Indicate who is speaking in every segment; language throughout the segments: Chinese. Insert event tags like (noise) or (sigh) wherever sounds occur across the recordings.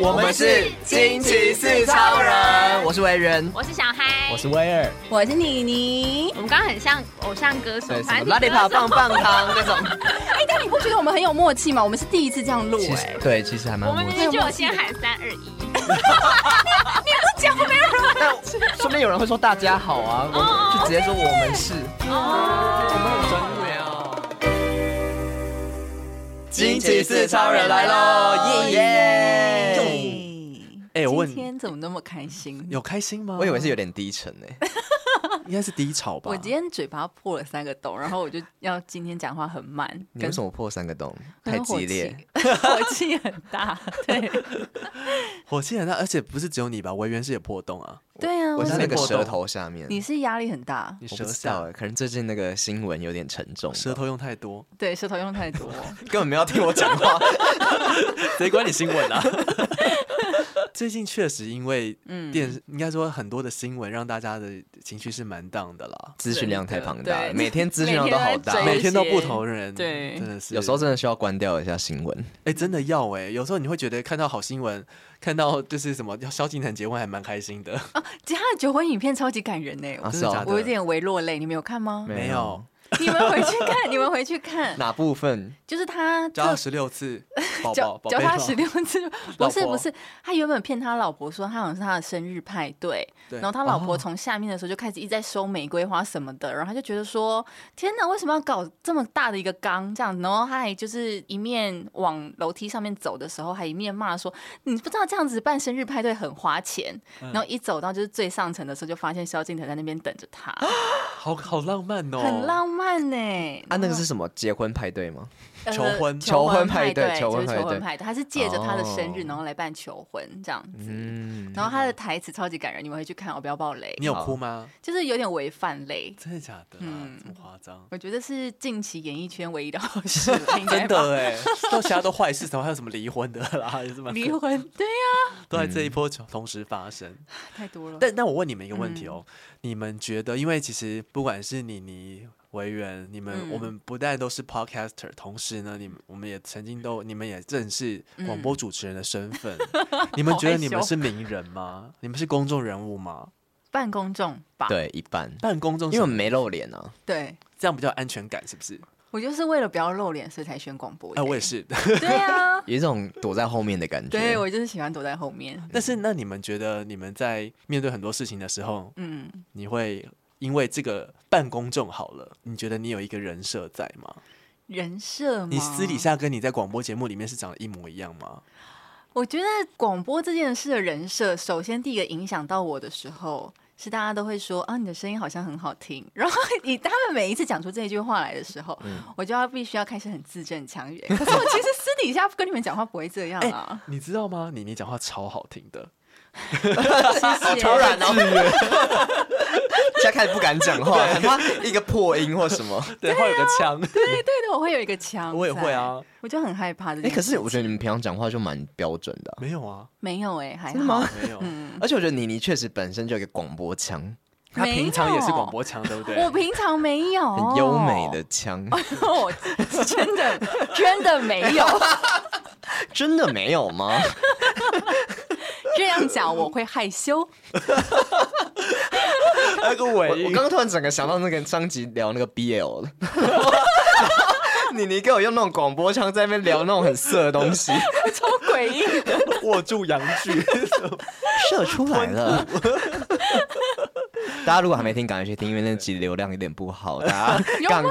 Speaker 1: 我们是惊奇四超人，我是维人，
Speaker 2: 我是小嗨，
Speaker 3: 我是威尔，
Speaker 4: 我是妮妮
Speaker 2: 我。们刚刚很像偶像歌手
Speaker 1: 对，，
Speaker 2: 反
Speaker 1: 什
Speaker 2: 正
Speaker 1: 么拉力跑棒棒糖那种，
Speaker 4: 哎、但你不觉得我们很有默契吗？我们是第一次这样录、
Speaker 1: 其
Speaker 4: 哎
Speaker 1: 实，对，其实还蛮
Speaker 2: 我们
Speaker 1: 默
Speaker 2: 明
Speaker 1: 契。
Speaker 2: 明就有先喊三二一，
Speaker 1: 但说不定有人会说大家好啊，我就直接说我们是，
Speaker 2: 哦
Speaker 1: 我们很专业哦。惊奇四超人来喽，耶耶！
Speaker 3: 哎，我
Speaker 4: 今
Speaker 3: 问，
Speaker 4: 天怎么那么开心？
Speaker 3: 有开心吗？
Speaker 1: 我以为是有点低沉诶，
Speaker 3: 应该是低潮吧。
Speaker 4: 我今天嘴巴破了三个洞，然后我就要今天讲话很慢，
Speaker 1: 你为什么破三个洞？太
Speaker 4: 跟火
Speaker 1: 激烈。
Speaker 4: 气， (laughs) 火气很大。对
Speaker 1: (laughs)
Speaker 3: 火气很大，而且不是只有你吧？维园是也破洞啊，
Speaker 4: 对啊，
Speaker 1: 我
Speaker 4: 为
Speaker 1: 是
Speaker 4: 什
Speaker 1: 那
Speaker 4: 么
Speaker 1: 个舌头下面，
Speaker 4: 你是压力很大？
Speaker 3: 你
Speaker 1: 我不
Speaker 3: 舌
Speaker 1: 知道
Speaker 3: 下
Speaker 1: 哎，可能最近那个新闻有点沉重，
Speaker 3: 舌头用太多，
Speaker 4: 对，舌头用太多。 (laughs)
Speaker 1: 根本没有听我讲话。
Speaker 3: 谁管你新闻啊？ (laughs) 最近确实因为
Speaker 4: 嗯
Speaker 3: 电，应该说很多的新闻让大家的情绪是蛮荡的啦，
Speaker 1: 资讯量太庞大了，
Speaker 4: 对
Speaker 1: 每天资讯量都好大
Speaker 4: 每，
Speaker 3: 每
Speaker 4: 有一
Speaker 3: 天都
Speaker 4: 些
Speaker 3: 不同人，
Speaker 4: 对
Speaker 3: 真的是
Speaker 1: 有时候真的需要关掉一下新闻。
Speaker 3: 哎、真的要哎、有时候你会觉得看到好新闻，看到就是什么要萧敬腾结婚还蛮开心的，
Speaker 4: 其实他的求婚影片超级感人呢、
Speaker 1: 啊
Speaker 4: 我
Speaker 1: 是
Speaker 3: 真的
Speaker 1: 哦
Speaker 3: 假的？
Speaker 4: 我有点微落泪，你们有看吗？
Speaker 1: 没
Speaker 3: 没有
Speaker 1: 有，
Speaker 4: 你们回去看，你们回
Speaker 1: (laughs)
Speaker 4: 去看，
Speaker 1: 哪部分？
Speaker 4: 就是他
Speaker 3: 教他
Speaker 4: 特
Speaker 3: 十六
Speaker 4: (laughs)
Speaker 3: 次，宝
Speaker 4: 教
Speaker 3: 宝宝
Speaker 4: 教
Speaker 3: 贝
Speaker 4: 他
Speaker 3: 宝
Speaker 4: 十六
Speaker 3: (laughs)
Speaker 4: 次，
Speaker 3: 老
Speaker 4: 不是
Speaker 3: 婆
Speaker 4: 不是，他原本骗他老婆说他好像是他的生日派对，
Speaker 3: 对哦
Speaker 4: 然后他老婆从下面的时候就开始一直在收玫瑰花什么的，然后他就觉得说天哪，为什么要搞这么大的一个缸这样？然后他还就是一面往楼梯上面走的时候，还一面骂说你不知道这样子办生日派对很花钱。
Speaker 3: 嗯
Speaker 4: 然后一走到就是最上层的时候，就发现萧敬腾在那边等着他，
Speaker 3: 好好浪漫哦，
Speaker 4: 很浪漫呢、
Speaker 1: 啊，
Speaker 4: 嗯
Speaker 1: 那个是什么？结婚派对吗？
Speaker 4: 呃
Speaker 3: 求婚
Speaker 4: 求
Speaker 1: 求婚
Speaker 4: 婚
Speaker 1: 派
Speaker 4: 派
Speaker 1: 对
Speaker 4: 对，
Speaker 1: 求婚
Speaker 4: 就是
Speaker 1: 派
Speaker 4: 求
Speaker 1: 对
Speaker 4: 婚派对，他是借着他的生
Speaker 1: 哦
Speaker 4: 日，然后来办求婚这样子。
Speaker 1: 嗯，
Speaker 4: 然后他的台词超级感人，你们回去看，我哦不要爆雷
Speaker 3: 你，有哭吗？
Speaker 4: 就是有点违反雷。
Speaker 3: 真的假的、啊？
Speaker 4: 嗯
Speaker 3: 这么夸张？
Speaker 4: 我觉得是近期演艺圈唯一的好事，应该
Speaker 3: 真
Speaker 4: 吧
Speaker 3: 的哎、到其他都坏事，怎么还有什么离婚的啦？也是蛮
Speaker 4: 离婚，对呀、
Speaker 3: 都在这一波同时发生。
Speaker 4: 太多了。
Speaker 3: 但但我问你们一个问题哦，你们觉得，因为其实不管是你你维园，你们、
Speaker 4: 嗯
Speaker 3: 我们不但都是 podcaster，同时呢，你们我们也曾经都，你们也正是广播主持人的身份。你们觉得你们
Speaker 4: 好害羞
Speaker 3: 是名人吗？你们是公众人物吗？
Speaker 4: 办公众吧，
Speaker 1: 对，一半，
Speaker 3: 办公众
Speaker 1: 因为我
Speaker 3: 什
Speaker 1: 们
Speaker 3: 么，
Speaker 1: 没露脸啊。，
Speaker 4: 对
Speaker 3: 这样比较有安全感，是不是？
Speaker 4: 我就是为了不要露脸，所以才选广播的。
Speaker 3: 哎、我也是。 (laughs)
Speaker 4: 对啊
Speaker 1: 有一种躲在后面的感觉。
Speaker 4: 对我就是喜欢躲在后面。
Speaker 3: 但是那你们觉得，你们在面对很多事情的时候，
Speaker 4: 嗯，
Speaker 3: 你会因为这个办公众好了，你觉得你有一个人设在吗？
Speaker 4: 人设吗？
Speaker 3: 你私底，下跟你在广播节目里面是长得一模一样吗？
Speaker 4: 我觉得广播这件事的人设，首先第一个影响到我的时候。是大家都会说啊，你的声音好像很好听。然后你他们每一次讲出这句话来的时候，
Speaker 1: 嗯
Speaker 4: 我就要必须要开始很字正腔圆。可是我其实私底下跟你们讲话不会这样
Speaker 3: 哎、
Speaker 4: 啊。
Speaker 3: 你知道吗？你你讲话超好听的，
Speaker 1: 哎
Speaker 4: 谢谢。
Speaker 1: 突然哦， (laughs) 现在开始不敢讲话，很怕一个破音或什么。
Speaker 3: 对，会有个腔，
Speaker 4: 对对的，我会有一个腔，
Speaker 3: 我也会啊，
Speaker 4: 我就很害怕的。
Speaker 1: 哎，可是我觉得你们平常讲话就蛮标准的啊，
Speaker 3: 没有啊，
Speaker 4: 没有哎、还好嗯
Speaker 1: 真的吗？
Speaker 3: 没有，
Speaker 1: 而且我觉得你你确实本身就有一个广播腔，
Speaker 3: 他
Speaker 4: 没
Speaker 3: 平常也是
Speaker 4: 有
Speaker 3: 广播腔，对不对？
Speaker 4: 我平常没有，
Speaker 1: 很优美的，腔，
Speaker 4: 我真的真的没有。
Speaker 1: 真的没有吗？
Speaker 4: 这样讲我会害羞， (laughs)
Speaker 3: 那个
Speaker 1: 我
Speaker 3: 尾
Speaker 1: 我
Speaker 3: 音
Speaker 1: 刚，刚突然整个想到那个上集聊那个 BL 了， (laughs) 你你给我用那种广播腔在那边聊那种很色的东西，
Speaker 4: 超诡异的。
Speaker 3: 握住阳具，
Speaker 1: (laughs) 射出来了。 (laughs) 大家如果还没听，赶快去听，因为那集流量有点不好，大 (laughs) 家赶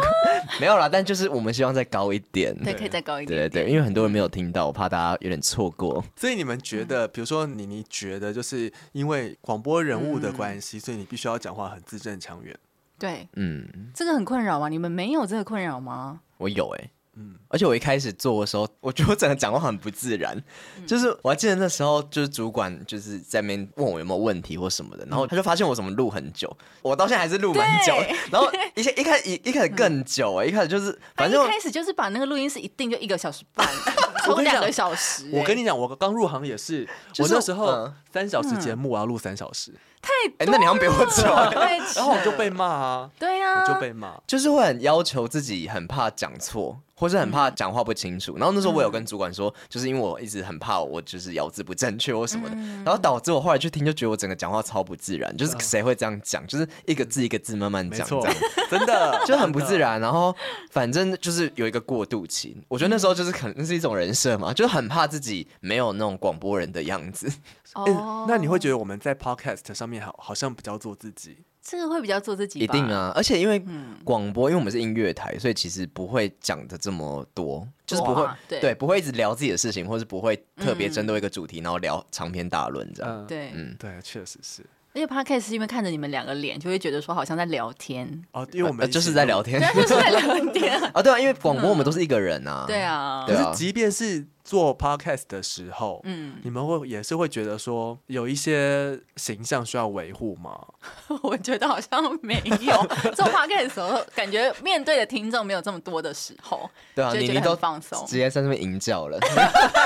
Speaker 1: 没有啦，但就是我们希望再高一点。
Speaker 4: 对，可以再高一
Speaker 1: 对
Speaker 4: 点。
Speaker 1: 对，因为很多人没有听到，我怕大家有点错过。
Speaker 3: (laughs) 所以你们觉得，比如说你你觉得，就是因为广播人物的关系，所以你必须要讲话很字正腔圆。
Speaker 4: 对，
Speaker 1: 嗯，
Speaker 4: 这个很困扰啊！你们没有这个困扰吗？
Speaker 1: 我有哎、
Speaker 3: 嗯，
Speaker 1: 而且我一开始做的时候， (laughs) 我觉得我整个讲话很不自然，
Speaker 4: 嗯
Speaker 1: 就是我还记得那时候就是主管就是在那边问我有没有问题或什么的，然后他就发现我怎么录很久，我到现在还是录蛮久的
Speaker 4: 嗯
Speaker 1: (laughs)
Speaker 4: 对，嗯
Speaker 1: 然后一些一开始一一开始更久哎、一开始就是
Speaker 4: 他
Speaker 1: 反
Speaker 4: 一
Speaker 1: 正我
Speaker 4: 开始就是把那个录音室一定就一个小时
Speaker 1: (laughs)
Speaker 4: 半， (laughs) 从
Speaker 3: 跟你讲
Speaker 4: 两个小时欸、
Speaker 3: 我跟你讲，我刚入行也是，
Speaker 1: 就是
Speaker 3: 我那时候
Speaker 1: 嗯
Speaker 3: 三小时节目，我要录三小时，
Speaker 4: 欸太
Speaker 1: 哎、那你好像比我久、
Speaker 4: (laughs) 多
Speaker 1: 欸，
Speaker 4: 了，
Speaker 3: 然后我就被骂啊，
Speaker 4: 对呀、
Speaker 3: 我
Speaker 4: 啊，
Speaker 3: 就被 (laughs) 骂。
Speaker 1: 就是会很要求自己，很怕讲错，或是很怕
Speaker 4: 嗯
Speaker 1: 讲话不清楚。然后那时候我有跟主管说，就是因为我一直很怕我就是咬字不正确或什么的，
Speaker 4: 嗯
Speaker 1: 然后导致我后来去听就觉得我整个讲话超不自然，就是谁会这样讲，就是一个字一个字慢慢
Speaker 3: 嗯没
Speaker 1: 讲，
Speaker 3: 错
Speaker 1: 这样，
Speaker 3: 真 (laughs)
Speaker 4: (laughs)
Speaker 3: 的
Speaker 1: 就很不自。然。然后反正就是有一个过渡期，我觉得那时候就是可能是一种人设嘛，就是很怕自己没有那种广播人的样
Speaker 3: (laughs)
Speaker 1: 子。
Speaker 3: 真的
Speaker 4: 哦
Speaker 3: 哎，那你会觉得我们在 podcast 上面好好像比较做自己，
Speaker 4: 这个会比较做自己
Speaker 1: 一
Speaker 4: 吧，
Speaker 1: 定啊，而且因为
Speaker 4: 嗯
Speaker 1: 广播，因为我们是音乐台，所以其实不会讲的这么多，就是不会
Speaker 4: 哇对
Speaker 1: 不会一直聊自己的事情，或是不会特别针对一个主题，然后聊长篇大论这样。
Speaker 3: 嗯，
Speaker 4: 啊对，
Speaker 1: 嗯
Speaker 3: 对，确实是
Speaker 4: 而且 podcast 是因为看着你们两个脸，就会觉得说好像在聊
Speaker 1: (laughs)
Speaker 4: 天，
Speaker 3: 哦，因为我
Speaker 1: 呃
Speaker 3: 们
Speaker 1: 就是在聊
Speaker 3: 天。
Speaker 1: 天 (laughs)
Speaker 4: 对啊，就是在聊天，
Speaker 1: 啊，对啊，因为广播我们都是一个人啊，
Speaker 4: 对，啊
Speaker 1: 对，
Speaker 3: 可是即便是做 podcast 的时候，
Speaker 4: 嗯，
Speaker 3: 你们会也是会觉得说有一些形象需要维护吗？
Speaker 4: (laughs) 我觉得好像没有做 podcast 的时候，感觉面对的听众没有这么多的时候，
Speaker 1: 对啊，
Speaker 4: 就会
Speaker 1: 你
Speaker 4: 觉
Speaker 1: 你
Speaker 4: 得
Speaker 1: 都
Speaker 4: 很放松
Speaker 1: 直。接在那边淫叫了， (laughs)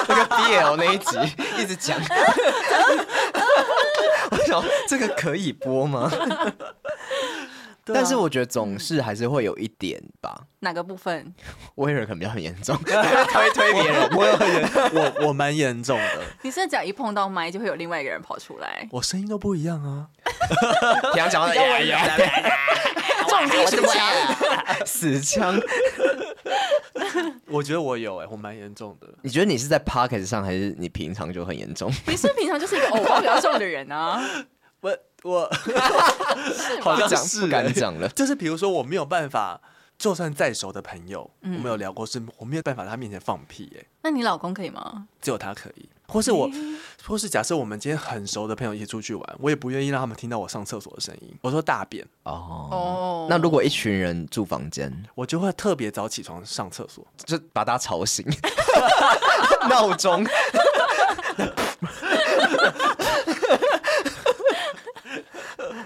Speaker 1: 那个 BL 那一集一直讲， (laughs) 我想这个可以播
Speaker 3: (laughs)
Speaker 1: 吗？
Speaker 3: 对啊
Speaker 1: 但是我觉得总是还是会有一点吧，
Speaker 4: 哪个部分？
Speaker 1: 威尔可能比较严
Speaker 3: (laughs)
Speaker 1: 重，他会推别人。
Speaker 3: 我有很严，我我蛮严重的，，
Speaker 4: 你是只要一碰到麦，就会有另外一个人跑出来
Speaker 3: 我声音都不一样啊。
Speaker 1: 平常讲话的呀呀呀，
Speaker 4: (laughs) 撞击手枪。
Speaker 1: 死腔。
Speaker 3: 我觉得我有哎、我蛮严重的。
Speaker 1: 你觉得你是在 p o c k e t 上，还是你平常就很严重？
Speaker 4: 你是平常就是一个偶包比较重的
Speaker 1: (laughs)
Speaker 4: 人啊，
Speaker 3: 我我
Speaker 4: 是
Speaker 3: 好
Speaker 4: 吧？
Speaker 3: 像
Speaker 1: 不讲
Speaker 3: 是
Speaker 1: 不敢
Speaker 3: 欸
Speaker 1: 讲了
Speaker 3: 就是比如说我没有办法，就算再熟的朋友，我们有聊过是，我没有办法在他面前放屁哎、
Speaker 4: 那你老公可以吗？
Speaker 3: 只有他可以。或是我，或是假设我们今天很熟的朋友一起出去玩，我也不愿意让他们听到我上厕所的声音。我说大便，
Speaker 1: 哦
Speaker 4: 哦。
Speaker 1: 那如果一群人住房间，
Speaker 3: 我就会特别早起床上厕所。
Speaker 1: 就把大家吵醒， (laughs) 闹钟。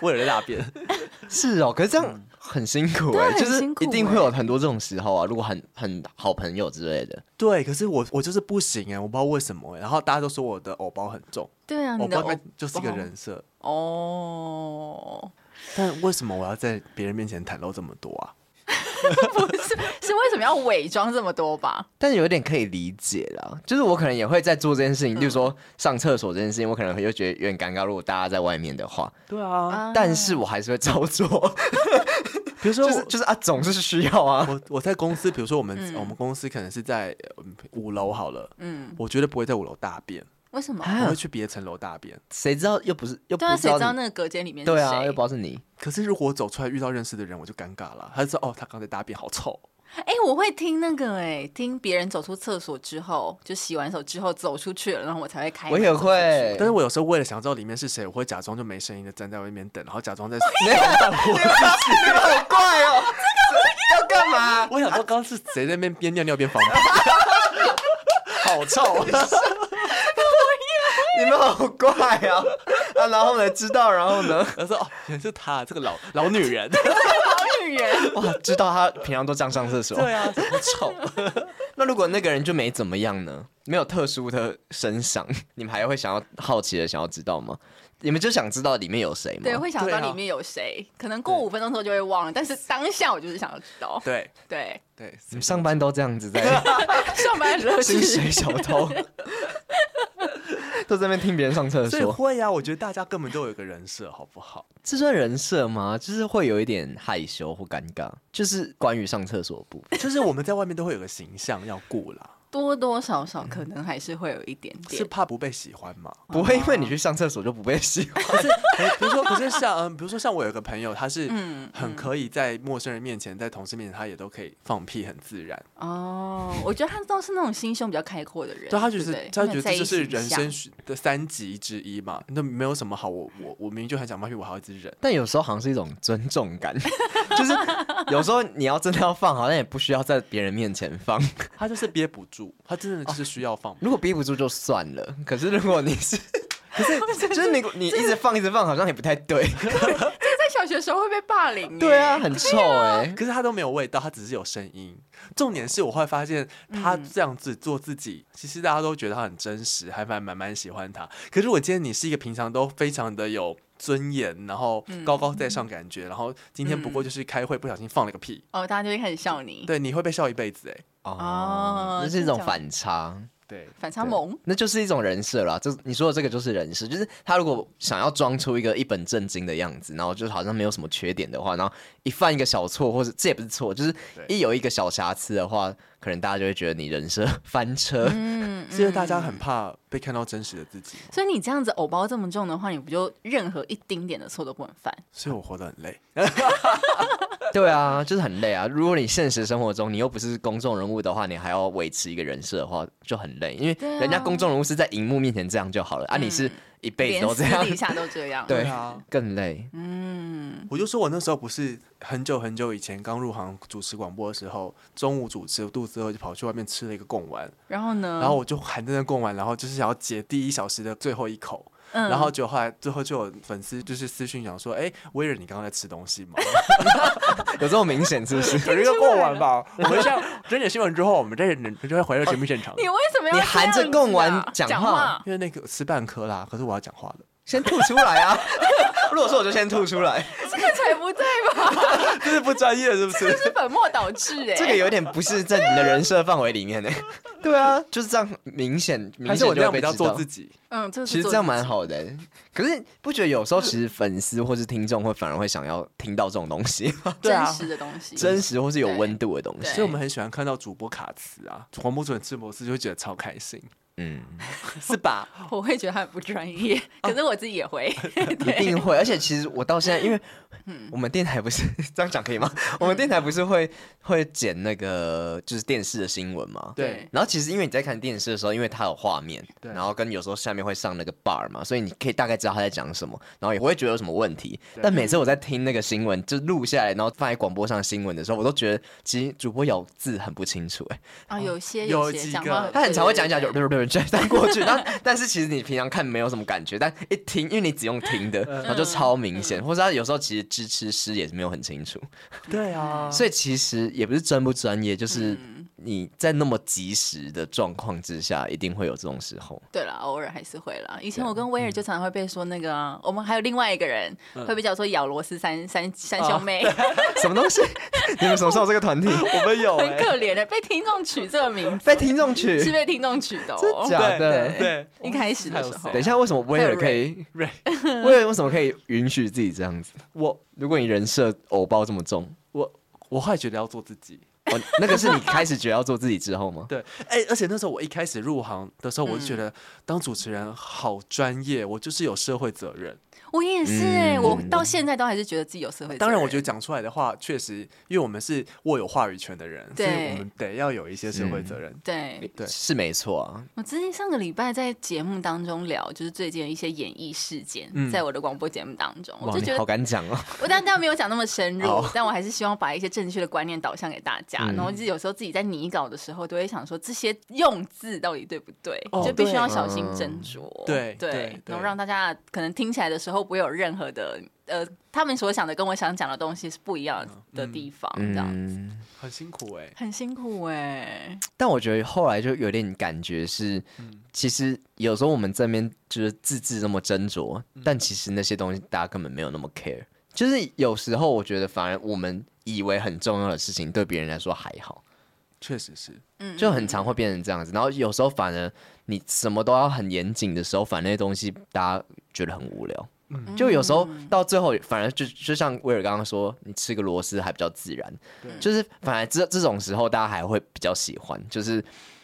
Speaker 3: 为了大便， (laughs)
Speaker 1: 是哦，可是这样很辛苦
Speaker 4: 对
Speaker 1: 哎、
Speaker 4: 很
Speaker 1: 就是
Speaker 4: 辛苦
Speaker 1: 一定会有很多这种时候啊。如果很很好朋友之类的，
Speaker 3: 对，可是我我就是不行哎，我不知道为什么哎。然后大家都说我的偶包很重，
Speaker 4: 对啊，
Speaker 3: 偶
Speaker 4: 你的
Speaker 3: 包
Speaker 4: 偶
Speaker 3: 该就是一个人设，
Speaker 4: 哦，
Speaker 3: 但为什么我要在别人面前袒露这么多啊？
Speaker 4: 是为什么要伪装这么多吧？
Speaker 1: 但有点可以理解啦。就是我可能也会在做这件事情，例如说上厕所这件事情，我可能会就觉得有点尴尬。如果大家在外面的话，
Speaker 3: 对啊，
Speaker 4: 啊
Speaker 1: 但是我还是会照 (laughs) 做。
Speaker 3: 比如说
Speaker 1: 就
Speaker 3: 我
Speaker 1: 是就是啊，总是需要啊。
Speaker 3: 我我在公司，比如说我们、
Speaker 4: 嗯
Speaker 3: 我们公司可能是在呃五楼好了，
Speaker 4: 嗯，
Speaker 3: 我绝对不会在五楼大便，
Speaker 4: 为什么？
Speaker 1: 啊
Speaker 3: 我会去别层楼大便。
Speaker 1: 谁知道又不是又不
Speaker 4: 对啊，谁知道
Speaker 1: 你
Speaker 4: 那个隔间里面是
Speaker 1: 对
Speaker 4: 谁？
Speaker 1: 啊，又不知道是你。
Speaker 3: 可是如果我走出来遇到认识的人，我就尴尬了。他就说：“哦，他刚才大便好臭。
Speaker 4: 哎、我会听那个哎、听别人走出厕所之后，就洗完手之后走出去了，然后我才会开门。
Speaker 1: 我也
Speaker 4: 走出去
Speaker 1: 会，
Speaker 3: 但是我有时候为了想知道里面是谁，我会假装就没声音的站在外面等，然后假装在。
Speaker 1: 没有，你们好怪哦，这个要干嘛？
Speaker 3: 我想说，刚刚是谁在那边边尿尿边放屁？好臭！
Speaker 1: (laughs) 你们好怪哦。 (laughs) 啊，然后呢？知道，然后呢？
Speaker 3: 他说：“哦，原来是他，这个老老女人。
Speaker 4: 老女人，
Speaker 1: 哇，知道他平常都这样上厕”所。
Speaker 3: 对啊，怎么臭？
Speaker 1: (laughs) 那如果那个人就没怎么样呢？没有特殊的身上，你们还会想要好奇的想要知道吗？你们就想知道里面有谁吗？
Speaker 4: 对，会想
Speaker 3: 对啊
Speaker 4: 到里面有谁，可能过五分钟之后就会忘了，但是当下我就是想要知道。
Speaker 3: 对
Speaker 4: 对，
Speaker 3: 对，
Speaker 1: 你们上班都这样子
Speaker 3: (laughs)
Speaker 1: 在
Speaker 4: 上班的
Speaker 1: (laughs)
Speaker 4: 时候
Speaker 1: 薪
Speaker 4: 其实
Speaker 1: 水小偷，都在那边听别人上厕
Speaker 3: 所以
Speaker 1: 所，
Speaker 3: 会啊，我觉得大家根本都有一个人设，好不好？
Speaker 1: 这算人设吗？就是会有一点害羞或尴尬，就是关于上厕所的
Speaker 3: (laughs)
Speaker 1: 部分。
Speaker 3: 就是我们在外面都会有个形象要顾啦，
Speaker 4: 多多少少可能还是会有一点
Speaker 3: 是
Speaker 4: 点。
Speaker 3: 怕不被喜欢 (laughs) 嘛？
Speaker 1: 不会因为你去上厕所就不被喜欢。
Speaker 3: 可是，可比如说，可是像，嗯，比如说像我有个朋友，他是
Speaker 4: 嗯
Speaker 3: 很可以在陌生人面前，在同事面前，他也都可以放屁，很自然。
Speaker 4: 哦，我觉得他都是那种心胸比较开阔的人，
Speaker 3: 对，他觉
Speaker 4: 不
Speaker 3: 得他觉得这就是
Speaker 4: 没
Speaker 3: 人。
Speaker 4: 有在
Speaker 3: 生
Speaker 4: 意形象
Speaker 3: 的三级之一嘛，那没有什么好，我我我明明就很想放屁，我还要一直忍。
Speaker 1: 但有时候好像是一种尊重感， (laughs) 就是有时候你要真的要放，好像也不需要在别人面前放。
Speaker 3: 他就是憋不住，他真的就是需要放。
Speaker 1: 如果憋不住就算了，可是如果你是，可 (laughs) 是就是你你一直放一直放，好像也不太 (laughs) 对。
Speaker 4: 这在小学时候会被霸凌耶。
Speaker 1: 对啊，很臭哎、
Speaker 3: 可是他都没有味道，他只是有声音。重点是我会发现他
Speaker 4: 嗯
Speaker 3: 这样子做自己，其实大家都觉得他很真实，还蛮蛮蛮喜欢他。可是我今天你是一个平常都非常的有尊严，然后
Speaker 4: 嗯
Speaker 3: 高高在上感觉，然后今天不过就是开会不小心放了个屁，
Speaker 4: 哦，大家就会开始笑你，
Speaker 3: 对，你会被笑一辈子哎、
Speaker 4: 哦
Speaker 1: 那是一种
Speaker 4: 这样
Speaker 1: 反差。
Speaker 3: 对，
Speaker 4: 反差萌。
Speaker 1: 那就是一种人设啦，就是你说的这个就是人设，就是他如果想要装出一个一本正经的样子，然后就是好像没有什么缺点的话，然后一犯一个小错，或者这也不是错，就是
Speaker 3: 对
Speaker 1: 一有一个小瑕疵的话，可能大家就会觉得你人设翻车。
Speaker 4: 嗯，
Speaker 3: 是因为大家很怕被看到真实的自己吗，
Speaker 4: 所以你这样子偶包这么重的话，你不就任何一丁点的错都不能犯？
Speaker 3: 所以我活得很累。
Speaker 1: 对啊，就是很累啊。如果你现实生活中你又不是公众人物的话，你还要维持一个人设的话，就很累，因为
Speaker 4: 对啊嗯
Speaker 1: 人家公众人物是在荧幕面前这样就好了，啊，你是一辈
Speaker 4: 连
Speaker 1: 子都
Speaker 4: 私
Speaker 1: 这样，
Speaker 4: 底下都这
Speaker 1: (laughs)
Speaker 4: 样。
Speaker 1: 对
Speaker 3: 啊，
Speaker 1: 更累。
Speaker 4: 嗯，
Speaker 3: 我就说我那时候不是很久很久以前刚入行主持广播的时候，中午主持，我肚子饿就跑去外面吃了一个贡丸，
Speaker 4: 然后呢？
Speaker 3: 然后我就含着那贡丸，然后就是想要解第一小时的最后一口。
Speaker 4: 嗯
Speaker 3: 然后就后来最后就有粉丝就是私讯讲说，哎、威尔你刚刚在吃东西
Speaker 4: (laughs)
Speaker 3: 吗？
Speaker 1: 有这么明显是不是？
Speaker 3: 有一个过完吧。我们像整点新闻之后，我们再就会回到节目现场，
Speaker 4: (laughs) 你为什么要
Speaker 1: 你
Speaker 4: 这
Speaker 1: 含
Speaker 4: 样
Speaker 1: 着
Speaker 4: 子
Speaker 1: 贡丸
Speaker 4: 啊
Speaker 1: 讲
Speaker 4: 讲
Speaker 1: 话
Speaker 4: 话？
Speaker 3: 因为那个吃半颗啦，可是我要讲话的，
Speaker 1: 先吐出来啊！ (laughs) 如果说我就先吐出来，
Speaker 4: 这个才不对
Speaker 1: (laughs)
Speaker 4: 吧？
Speaker 3: 这是不专业是不
Speaker 4: 这？是本末倒置哎、
Speaker 1: 这个有点不是在你的人设范围里面
Speaker 3: (laughs)
Speaker 1: 呢、对啊，就是这样明显，明
Speaker 3: 还
Speaker 1: 显
Speaker 3: 是我这
Speaker 1: 就
Speaker 3: 样
Speaker 1: 会
Speaker 3: 比
Speaker 1: 被
Speaker 3: 较
Speaker 1: 知
Speaker 3: 做
Speaker 1: 道
Speaker 3: 自。己？
Speaker 4: 嗯，这是
Speaker 1: 其实
Speaker 4: 做
Speaker 1: 这样
Speaker 4: 自
Speaker 1: 蛮
Speaker 4: 己。
Speaker 1: 好的欸、可是不觉得有时候其实粉丝或是听众会反而会想要听到这种东
Speaker 3: (laughs)
Speaker 1: 西，
Speaker 3: 对啊
Speaker 4: 真实的东西，
Speaker 1: 真实或是有温度的东
Speaker 4: 对
Speaker 1: 西
Speaker 3: 所以。我们很喜欢看到主播卡词啊，黄博准吃摩斯就会觉得超开心，
Speaker 1: 嗯，
Speaker 3: 是吧？
Speaker 4: 我会觉得他很不专业，
Speaker 3: 哦
Speaker 4: 可是我自己也会。
Speaker 1: (laughs) 一定会。而且其实我到现在，因为
Speaker 3: 嗯
Speaker 1: 我们电台不是 (laughs) 这样讲可以
Speaker 3: (laughs)
Speaker 1: 吗？我们电台不是会会剪那个就是电视的新闻吗？
Speaker 3: 对
Speaker 1: 然后其实因为你在看电视的时候，因为它有画面，
Speaker 3: 对
Speaker 1: 然后跟有时候下面会上那个 bar 嘛，所以你可以大概知道他在讲什么，然后也不会觉得有什么问题。但每次我在听那个新闻，就录下来，然后放在广播上的新闻的时候，我都觉得其实主播咬字很不清楚、哎，
Speaker 4: 啊，有些
Speaker 3: 有
Speaker 4: 些
Speaker 3: 几
Speaker 4: 讲
Speaker 3: 个
Speaker 4: 话
Speaker 1: 他很常会讲一讲就
Speaker 4: 对对
Speaker 1: 对对对，但过去，但但是其实你平常看没有什么感觉，但一听，因为你只用听的，然后就超明显，或者他有时候其实支持诗也是没有很清楚，
Speaker 3: 对啊，
Speaker 1: 嗯所以其实也不是专不专业，就是
Speaker 4: 嗯
Speaker 1: 你在那么及时的状况之下，一定会有这种时候。
Speaker 4: 对啦，偶尔还是会啦。以前
Speaker 3: 嗯
Speaker 4: 我跟威尔就常常会被说那个啊，我们还有另外一个人
Speaker 3: 嗯
Speaker 4: 会被叫做咬螺丝三
Speaker 3: 哦
Speaker 4: 三三兄
Speaker 3: (laughs)
Speaker 4: 妹，
Speaker 1: 什么东西？ (laughs) 你们什么时候有这个团体
Speaker 3: 我们有、
Speaker 4: 很
Speaker 3: 欸，
Speaker 4: 可怜的，被听众取这个名
Speaker 1: (laughs)
Speaker 4: 字
Speaker 1: 被听众取
Speaker 4: 是？被听众取的哦。
Speaker 1: 真假
Speaker 3: 对
Speaker 1: 的
Speaker 3: 对，
Speaker 4: 一开始的时
Speaker 3: 还有谁
Speaker 4: 候
Speaker 1: 等一，下，为什么威尔可以？
Speaker 3: 瑞，
Speaker 1: 威尔为什么可以允许自己这样子？
Speaker 3: 我
Speaker 1: 如果你人设偶包这么重，
Speaker 3: 我我后来觉得要做自己。
Speaker 1: 哦，那个是你开始觉得要做自己之后吗？
Speaker 3: 对，哎、而且那时候我一开始入行的时候，我就觉得当主持人好专业，我就是有社会责任。
Speaker 4: 我也是
Speaker 1: 嗯
Speaker 4: 哎，我到现在都还是觉得自己有社会责任。
Speaker 3: 当然，我觉得讲出来的话，确实，因为我们是握有话语权的人，所以
Speaker 4: 对
Speaker 3: 我们得要有一些社会责任。
Speaker 4: (laughs) 对，
Speaker 3: 对
Speaker 1: 是没错啊。
Speaker 4: 我最近上个礼拜在节目当中聊，就是最近的一些演艺事件，
Speaker 3: 嗯
Speaker 4: 在我的广播节目当中，我
Speaker 1: 哇，
Speaker 4: 就
Speaker 1: 你
Speaker 4: 觉
Speaker 1: 好
Speaker 4: 得，
Speaker 1: 敢讲
Speaker 4: (laughs)
Speaker 1: 哦。
Speaker 4: 我但但没有讲那么深入
Speaker 1: 好，
Speaker 4: 但我还是希望把一些正确的观念导向给大
Speaker 1: 嗯
Speaker 4: 家。然后就是有时候自己在拟稿的时候，都会想说这些用字到底对不对，
Speaker 3: 哦
Speaker 4: 就必须要
Speaker 1: 对
Speaker 4: 小心
Speaker 1: 嗯
Speaker 4: 斟酌。
Speaker 3: 对对
Speaker 4: 对，然后
Speaker 3: 对
Speaker 4: 让大家可能听起来的时候不会有任何的呃，他们所想的跟我想讲的东西是不一样的
Speaker 3: 嗯
Speaker 4: 地方，这样
Speaker 1: 嗯，
Speaker 3: 很辛苦哎、
Speaker 4: 很辛苦哎、
Speaker 1: 但我觉得后来就有点感觉是，其实有时候我们这边就是字字那么斟酌，但其实那些东西大家根本没有那么 care。就是有时候我觉得，反而我们以为很重要的事情，对别人来说还好。
Speaker 3: 确实是。
Speaker 4: 嗯，
Speaker 1: 就很常会变成这样子。然后有时候反而你什么都要很严谨的时候，反而那些东西大家觉得很无聊。
Speaker 3: 嗯
Speaker 1: 就有时候到最后，反而就就像威尔刚刚说，你吃个螺丝还比较自然
Speaker 3: 对，
Speaker 1: 就是反而这这种时候大家还会比较喜欢，就是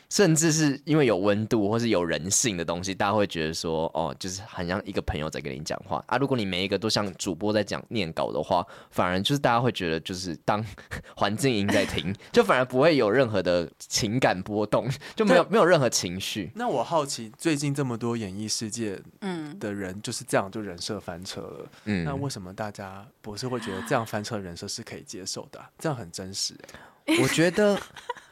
Speaker 1: 甚至是因为有温度或是有人性的东西，大家会觉得说，哦，就是很像一个朋友在跟你讲话啊。如果你每一个都像主播在讲念稿的话，反而就是大家会觉得就是当 (laughs) 环境音在听，就反而不会有任何的情感波动，就没有没有任何情绪。
Speaker 3: 那我好奇，最近这么多演艺世界
Speaker 4: 嗯，
Speaker 3: 的人就是这样就人设翻车了，
Speaker 1: 嗯，
Speaker 3: 那为什么大家不是会觉得这样翻车的人设是可以接受的啊、这样很真实、欸。
Speaker 1: 我觉得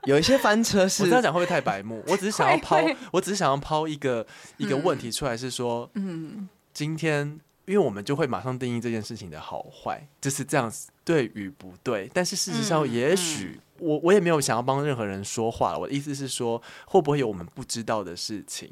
Speaker 1: 有一些翻车
Speaker 3: 我
Speaker 1: 是
Speaker 3: 这样讲会不会太白目？我只是想要
Speaker 4: 会
Speaker 3: 抛
Speaker 4: 会，
Speaker 3: 我只是想要抛一个一个问题出来，是说，嗯，今天因为我们就会马上定义这件事情的好坏，就是这样子对与不对。但是事实上，
Speaker 4: 嗯
Speaker 3: 也许、我我也没有想要帮任何人说话，我的意思是说，会不会有我们不知道的事情？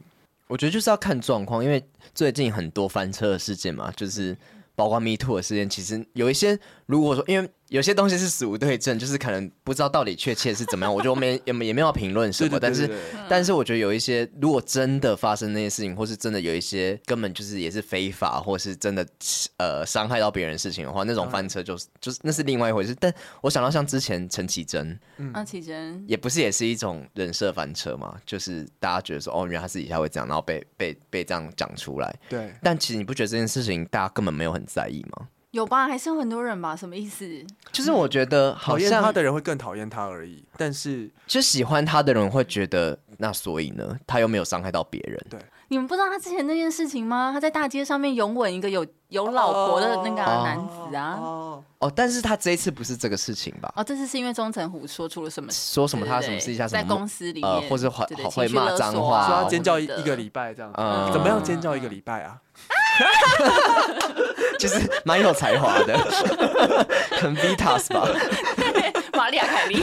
Speaker 1: 我觉得就是要看状况，因为最近很多翻车的事件嘛，就是包括 Me Too 的事件，其实有一些，如果说因为有些东西是死无对证，就是可能不知道到底确切是怎么样，我就没也没也没有评论什
Speaker 3: 对
Speaker 1: 么，
Speaker 3: 对对
Speaker 1: 但是
Speaker 3: 对对
Speaker 1: 但是我觉得有一些，如果真的发生那些事情，或是真的有一些根本就是也是非法，或是真的呃伤害到别人的事情的话，那种
Speaker 3: 嗯
Speaker 1: 翻车就是就是那是另外一回事。但我想到像之前陈绮贞，
Speaker 4: 嗯那启真
Speaker 1: 也不是也是一种人设翻车嘛，就是大家觉得说哦，原来他私底下会这样，然后被被被这样讲出来。
Speaker 3: 对，
Speaker 1: 但其实你不觉得这件事情大家根本没有很在意吗？
Speaker 4: 有吧？还是有很多人吧？什么意思？
Speaker 1: 就是我觉得
Speaker 3: 讨
Speaker 1: 好
Speaker 3: 厌他
Speaker 1: 像
Speaker 3: 的人会更讨厌他而已。但是
Speaker 1: 就喜欢他的人会觉得，那所以呢，他又没有伤害到别人。
Speaker 4: 你们不知道他之前那件事情吗？他在大街上面拥吻一个有有老婆的那个啊
Speaker 1: 哦
Speaker 4: 男子啊。哦
Speaker 3: 哦，
Speaker 1: 哦，但是他这一次不是这个事情吧？
Speaker 4: 这次是因为钟成虎说出了什么事？
Speaker 1: 说什么
Speaker 4: 对
Speaker 1: 他
Speaker 4: 对
Speaker 1: 什么
Speaker 4: 对
Speaker 1: 私底下什
Speaker 4: 在
Speaker 1: 么
Speaker 4: 公司里面，
Speaker 1: 呃或是会
Speaker 4: 对对
Speaker 1: 会
Speaker 4: 情绪勒
Speaker 1: 骂脏
Speaker 4: 索
Speaker 1: 话
Speaker 4: 啊
Speaker 1: 说
Speaker 3: 说
Speaker 1: 他
Speaker 3: 他
Speaker 1: 我
Speaker 3: 尖叫一一个
Speaker 4: 礼
Speaker 3: 礼拜这样子，
Speaker 1: 嗯
Speaker 3: 怎么样尖叫一个礼拜啊？
Speaker 1: (laughs) 其实蛮有才华的， (laughs) 很 Vitas 吧？
Speaker 4: 拜，玛利亚凯莉，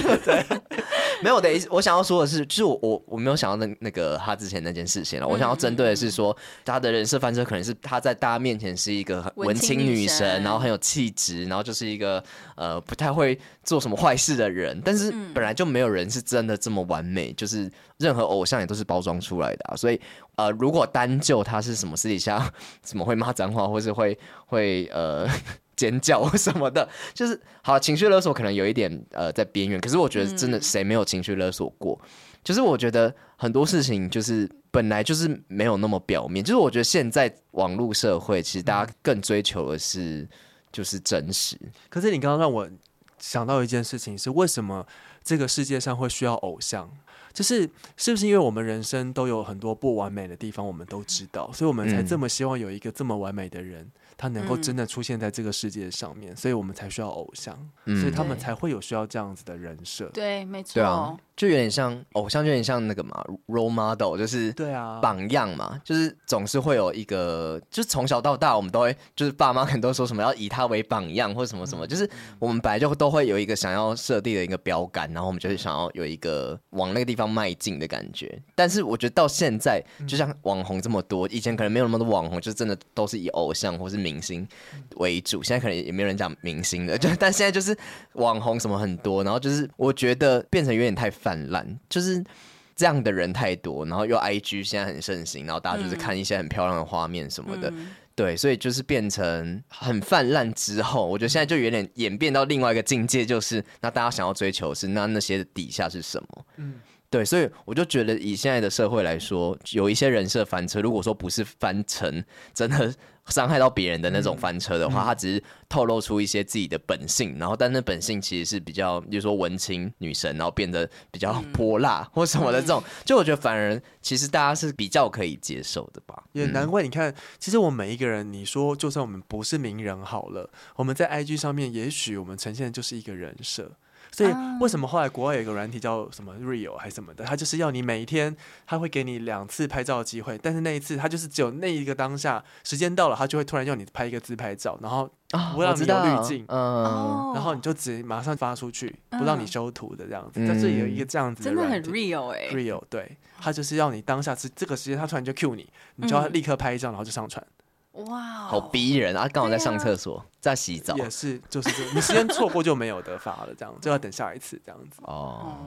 Speaker 1: (laughs) 没有我的意思，我想要说的是，就是我我我没有想到那那个他之前那件事情了。我想要针对的是说，
Speaker 4: 嗯
Speaker 1: 他的人设翻车可能是他在大家面前是一个很
Speaker 4: 文
Speaker 1: 文
Speaker 4: 青
Speaker 1: 青
Speaker 4: 女
Speaker 1: 女神，
Speaker 4: 神
Speaker 1: 然后很有气质，然后就是一个呃不太会做什么坏事的人。但是
Speaker 4: 嗯
Speaker 1: 本来就没有人是真的这么完美，就是任何偶像也都是包装出来的、啊。所以呃，如果单就他是什么私底下什么会骂脏话，或是会 (laughs) 会呃。 (laughs) 尖叫或什么的，就是好情绪勒索可能有一点呃在边缘，可是我觉得真的谁没有情绪勒索过？就是我觉得很多事情就是本来就是没有那么表面，就是我觉得现在网络社会其实大家更追求的是就是真实，
Speaker 3: 可是你刚刚让我想到一件事情，是为什么这个世界上会需要偶像？就是是不是因为我们人生都有很多不完美的地方，我们都知道，所以我们才
Speaker 1: 嗯
Speaker 3: 这么希望有一个这么完美的人，他能够真的出现在这个世界上面，所以我们才需要偶像，
Speaker 1: 嗯
Speaker 3: 所以他们
Speaker 4: 对
Speaker 3: 才会有需要这样子的人设。
Speaker 4: 对，没错，
Speaker 1: 对啊，就有点像偶像，就有点像那个嘛 role model，就是
Speaker 3: 对啊，
Speaker 1: 榜样嘛，就是总是会有一个，就是从小到大，我们都会，就是爸妈可能都说什么要以他为榜样，或什么什么，就是我们本来就都会有一个想要设定的一个标杆，然后我们就是想要有一个往那个地方迈进的感觉。但是我觉得到现在，就像网红这么多，以前可能没有那么多网红，就真的都是以偶像或是明星为主，现在可能也没有人讲明星的，就但现在就是网红什么很多，然后就是我觉得变成有点太泛滥，就是这样的人太多，然后又 IG 现在很盛行，然后大家就是看一些很漂亮的画面什么的，对，所以就是变成很泛滥之后，我觉得现在就有点演变到另外一个境界，就是那大家想要追求的是那那些的底下是什么？嗯。对，所以我就觉得以现在的社会来说，有一些人设翻车，如果说不是翻成真的伤害到别人的那种翻车的话，他只是透露出一些自己的本性，然后但那本性其实是比较，比如说文青女神，然后变得比较泼辣或什么的这种，就我觉得反而其实大家是比较可以接受的吧。
Speaker 3: 也难怪，你看，其实我们每一个人，你说，就算我们不是名人好了，我们在 IG 上面，也许我们呈现的就是一个人设。所以
Speaker 4: 啊
Speaker 3: 为什么后来国外有一个软体叫什么 Real 还是什么的，它就是要你每一天，它会给你两次拍照的机会，但是那一次它就是只有那一个当下，时间到了，它就会突然要你拍一个自拍照，然后
Speaker 1: 啊
Speaker 3: 不让
Speaker 1: 知
Speaker 3: 你有
Speaker 1: 道
Speaker 3: 滤镜
Speaker 1: 嗯，
Speaker 4: 哦嗯
Speaker 3: 然后你就直接马上发出去，不让你修图的这样子，
Speaker 1: 嗯
Speaker 3: 但是有一个这样子
Speaker 4: 真的
Speaker 3: 软
Speaker 4: 很
Speaker 3: 体
Speaker 4: real 哎、
Speaker 3: real，对，他就是要你当下是这个时间，他突然就 cue 你，你就要
Speaker 4: 嗯
Speaker 3: 立刻拍一张，然后就上传。
Speaker 4: 哇、哦
Speaker 1: 好逼人啊！刚好在上厕所，在洗澡
Speaker 3: 也是，就是这，你时间错过就没有得发了，这样就要等下一次这样子。
Speaker 4: 嗯
Speaker 1: 哦。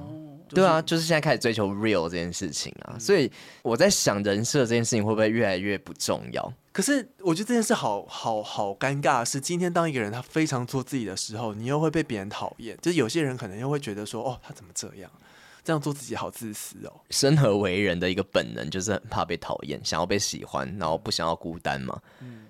Speaker 3: 就是
Speaker 1: 对啊，，就是现在开始追求 real 这件事情啊，所以我在想人设这件事情会不会越来越不重要？
Speaker 3: 可是我觉得这件事好好好尴尬的是，今天当一个人他非常做自己的时候，你又会被别人讨厌。就是有些人可能又会觉得说，哦，他怎么这样？这样做自己好自私哦。
Speaker 1: 生而为人的一个本能就是很怕被讨厌，想要被喜欢，然后不想要孤单嘛，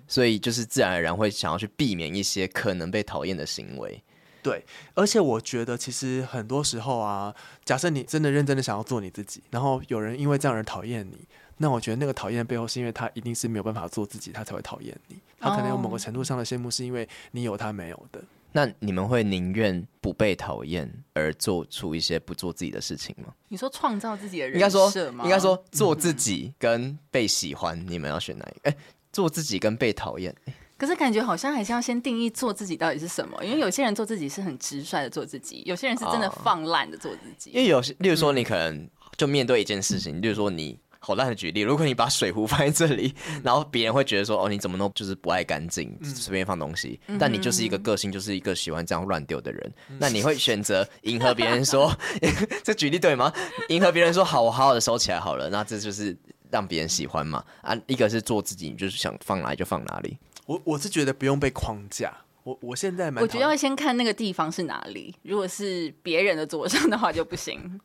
Speaker 1: 所以就是自然而然会想要去避免一些可能被讨厌的行为。
Speaker 3: 对，而且我觉得其实很多时候啊，假设你真的认真的想要做你自己，然后有人因为这样而讨厌你，那我觉得那个讨厌的背后是因为他一定是没有办法做自己，他才会讨厌你。他可能有某个程度上的羡慕，是因为你有他没有的。
Speaker 1: 那你们会宁愿不被讨厌而做出一些不做自己的事情吗？
Speaker 4: 你说创造自己的人
Speaker 1: 应该说
Speaker 4: 设吗，
Speaker 1: 应该说做自己跟被喜欢，你们要选哪一个？哎、做自己跟被讨厌，
Speaker 4: 可是感觉好像还是要先定义做自己到底是什么，因为有些人做自己是很直率的做自己，有些人是真的
Speaker 1: 哦
Speaker 4: 放烂的做自己。
Speaker 1: 因为有些，例如说你可能就面对一件事情，例如说你好烂的举例，如果你把水壶放在这里，然后别人会觉得说哦你怎么弄就是不爱干净，随便放东西，但你就是一个个性就是一个喜欢这样乱丢的人，那你会选择迎合别人说 (laughs) 这举例对吗？迎合别人说好，我好好的收起来好了，那这就是。让别人喜欢嘛啊，一个是做自己，你就是想放哪里就放哪里。
Speaker 3: 我我是觉得不用被框架。我我现在蛮
Speaker 4: 我觉得
Speaker 3: 讨
Speaker 4: 要先看那个地方是哪里，如果是别人的桌上的话就不行。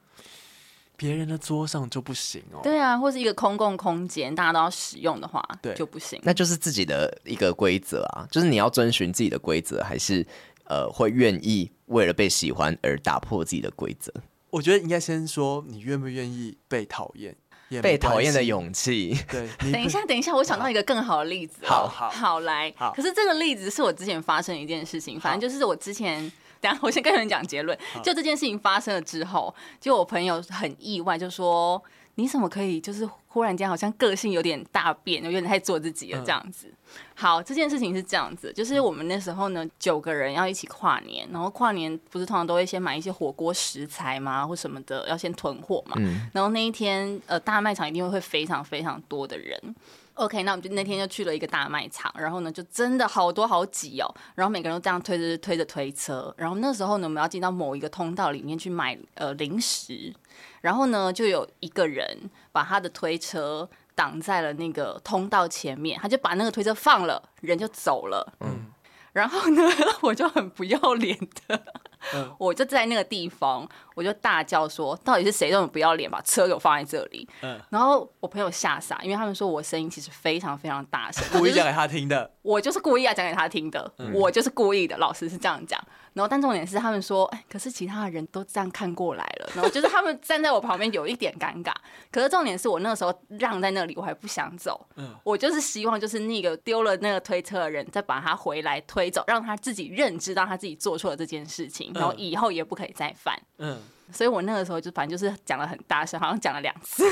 Speaker 3: 别人的桌上就不行哦。
Speaker 4: 对啊，或是一个公共空间，大家都要使用的话，
Speaker 3: 对
Speaker 4: 就不行。
Speaker 1: 那就是自己的一个规则啊，就是你要遵循自己的规则，还是呃会愿意为了被喜欢而打破自己的规则？
Speaker 3: 我觉得应该先说你愿不愿意被讨厌，也没
Speaker 1: 被讨
Speaker 3: 关
Speaker 1: 厌的
Speaker 3: 系。
Speaker 1: 勇气，
Speaker 4: (laughs)
Speaker 3: 对，你
Speaker 4: 等一
Speaker 3: 不
Speaker 4: 下，等一下，我想到一个更好的例子哦。
Speaker 3: 好好
Speaker 4: 好来。
Speaker 3: 好
Speaker 4: 可是这个例子是我之前发生的一件事情，反正就是我之前。 (laughs) 等一下，我先跟你们讲结论。就这件事情发生了之后，就我朋友很意外，就说：“你怎么可以就是忽然间好像个性有点大变，有点太做自
Speaker 3: 嗯
Speaker 4: 己了这样子？”好，这件事情是这样子，就是我们那时候呢，九个人要一起跨年，然后跨年不是通常都会先买一些火锅食材嘛，或什么的，要先囤货嘛。
Speaker 3: 嗯
Speaker 4: 然后那一天，呃，大卖场一定会非常非常多的人。OK，那我们就那天就去了一个大卖场，然后呢，就真的好多好挤哦，然后每个人都这样推着推着推车，然后那时候呢，我们要进到某一个通道里面去买呃零食，然后呢，就有一个人把他的推车挡在了那个通道前面，他就把那个推车放了，人就走了，嗯，然后呢， (laughs) 我就很不要脸的，(laughs)
Speaker 3: 嗯
Speaker 4: 我就在那个地方，我就大叫说，到底是谁这么不要脸，把车给我放在这里？
Speaker 3: 嗯
Speaker 4: 然后我朋友吓傻，因为他们说我声音其实非常非常大声，
Speaker 3: 故意讲给他听的，
Speaker 4: 我就是故意要讲给他听的，
Speaker 3: 嗯
Speaker 4: 我就是故意的，老师是这样讲。然后，但重点是他们说，哎，可是其他的人都这样看过来了，然后就是他们站在我旁边有一点尴尬。可是重点是我那个时候让在那里，我还不想走，
Speaker 3: 嗯
Speaker 4: 我就是希望就是那个丢了那个推车的人再把他回来推走，让他自己认知到他自己做错了这件事情，然后
Speaker 3: 嗯
Speaker 4: 以后也不可以再犯。
Speaker 3: 嗯，
Speaker 4: 所以我那个时候就反正就是讲了很大声，好像讲了两次。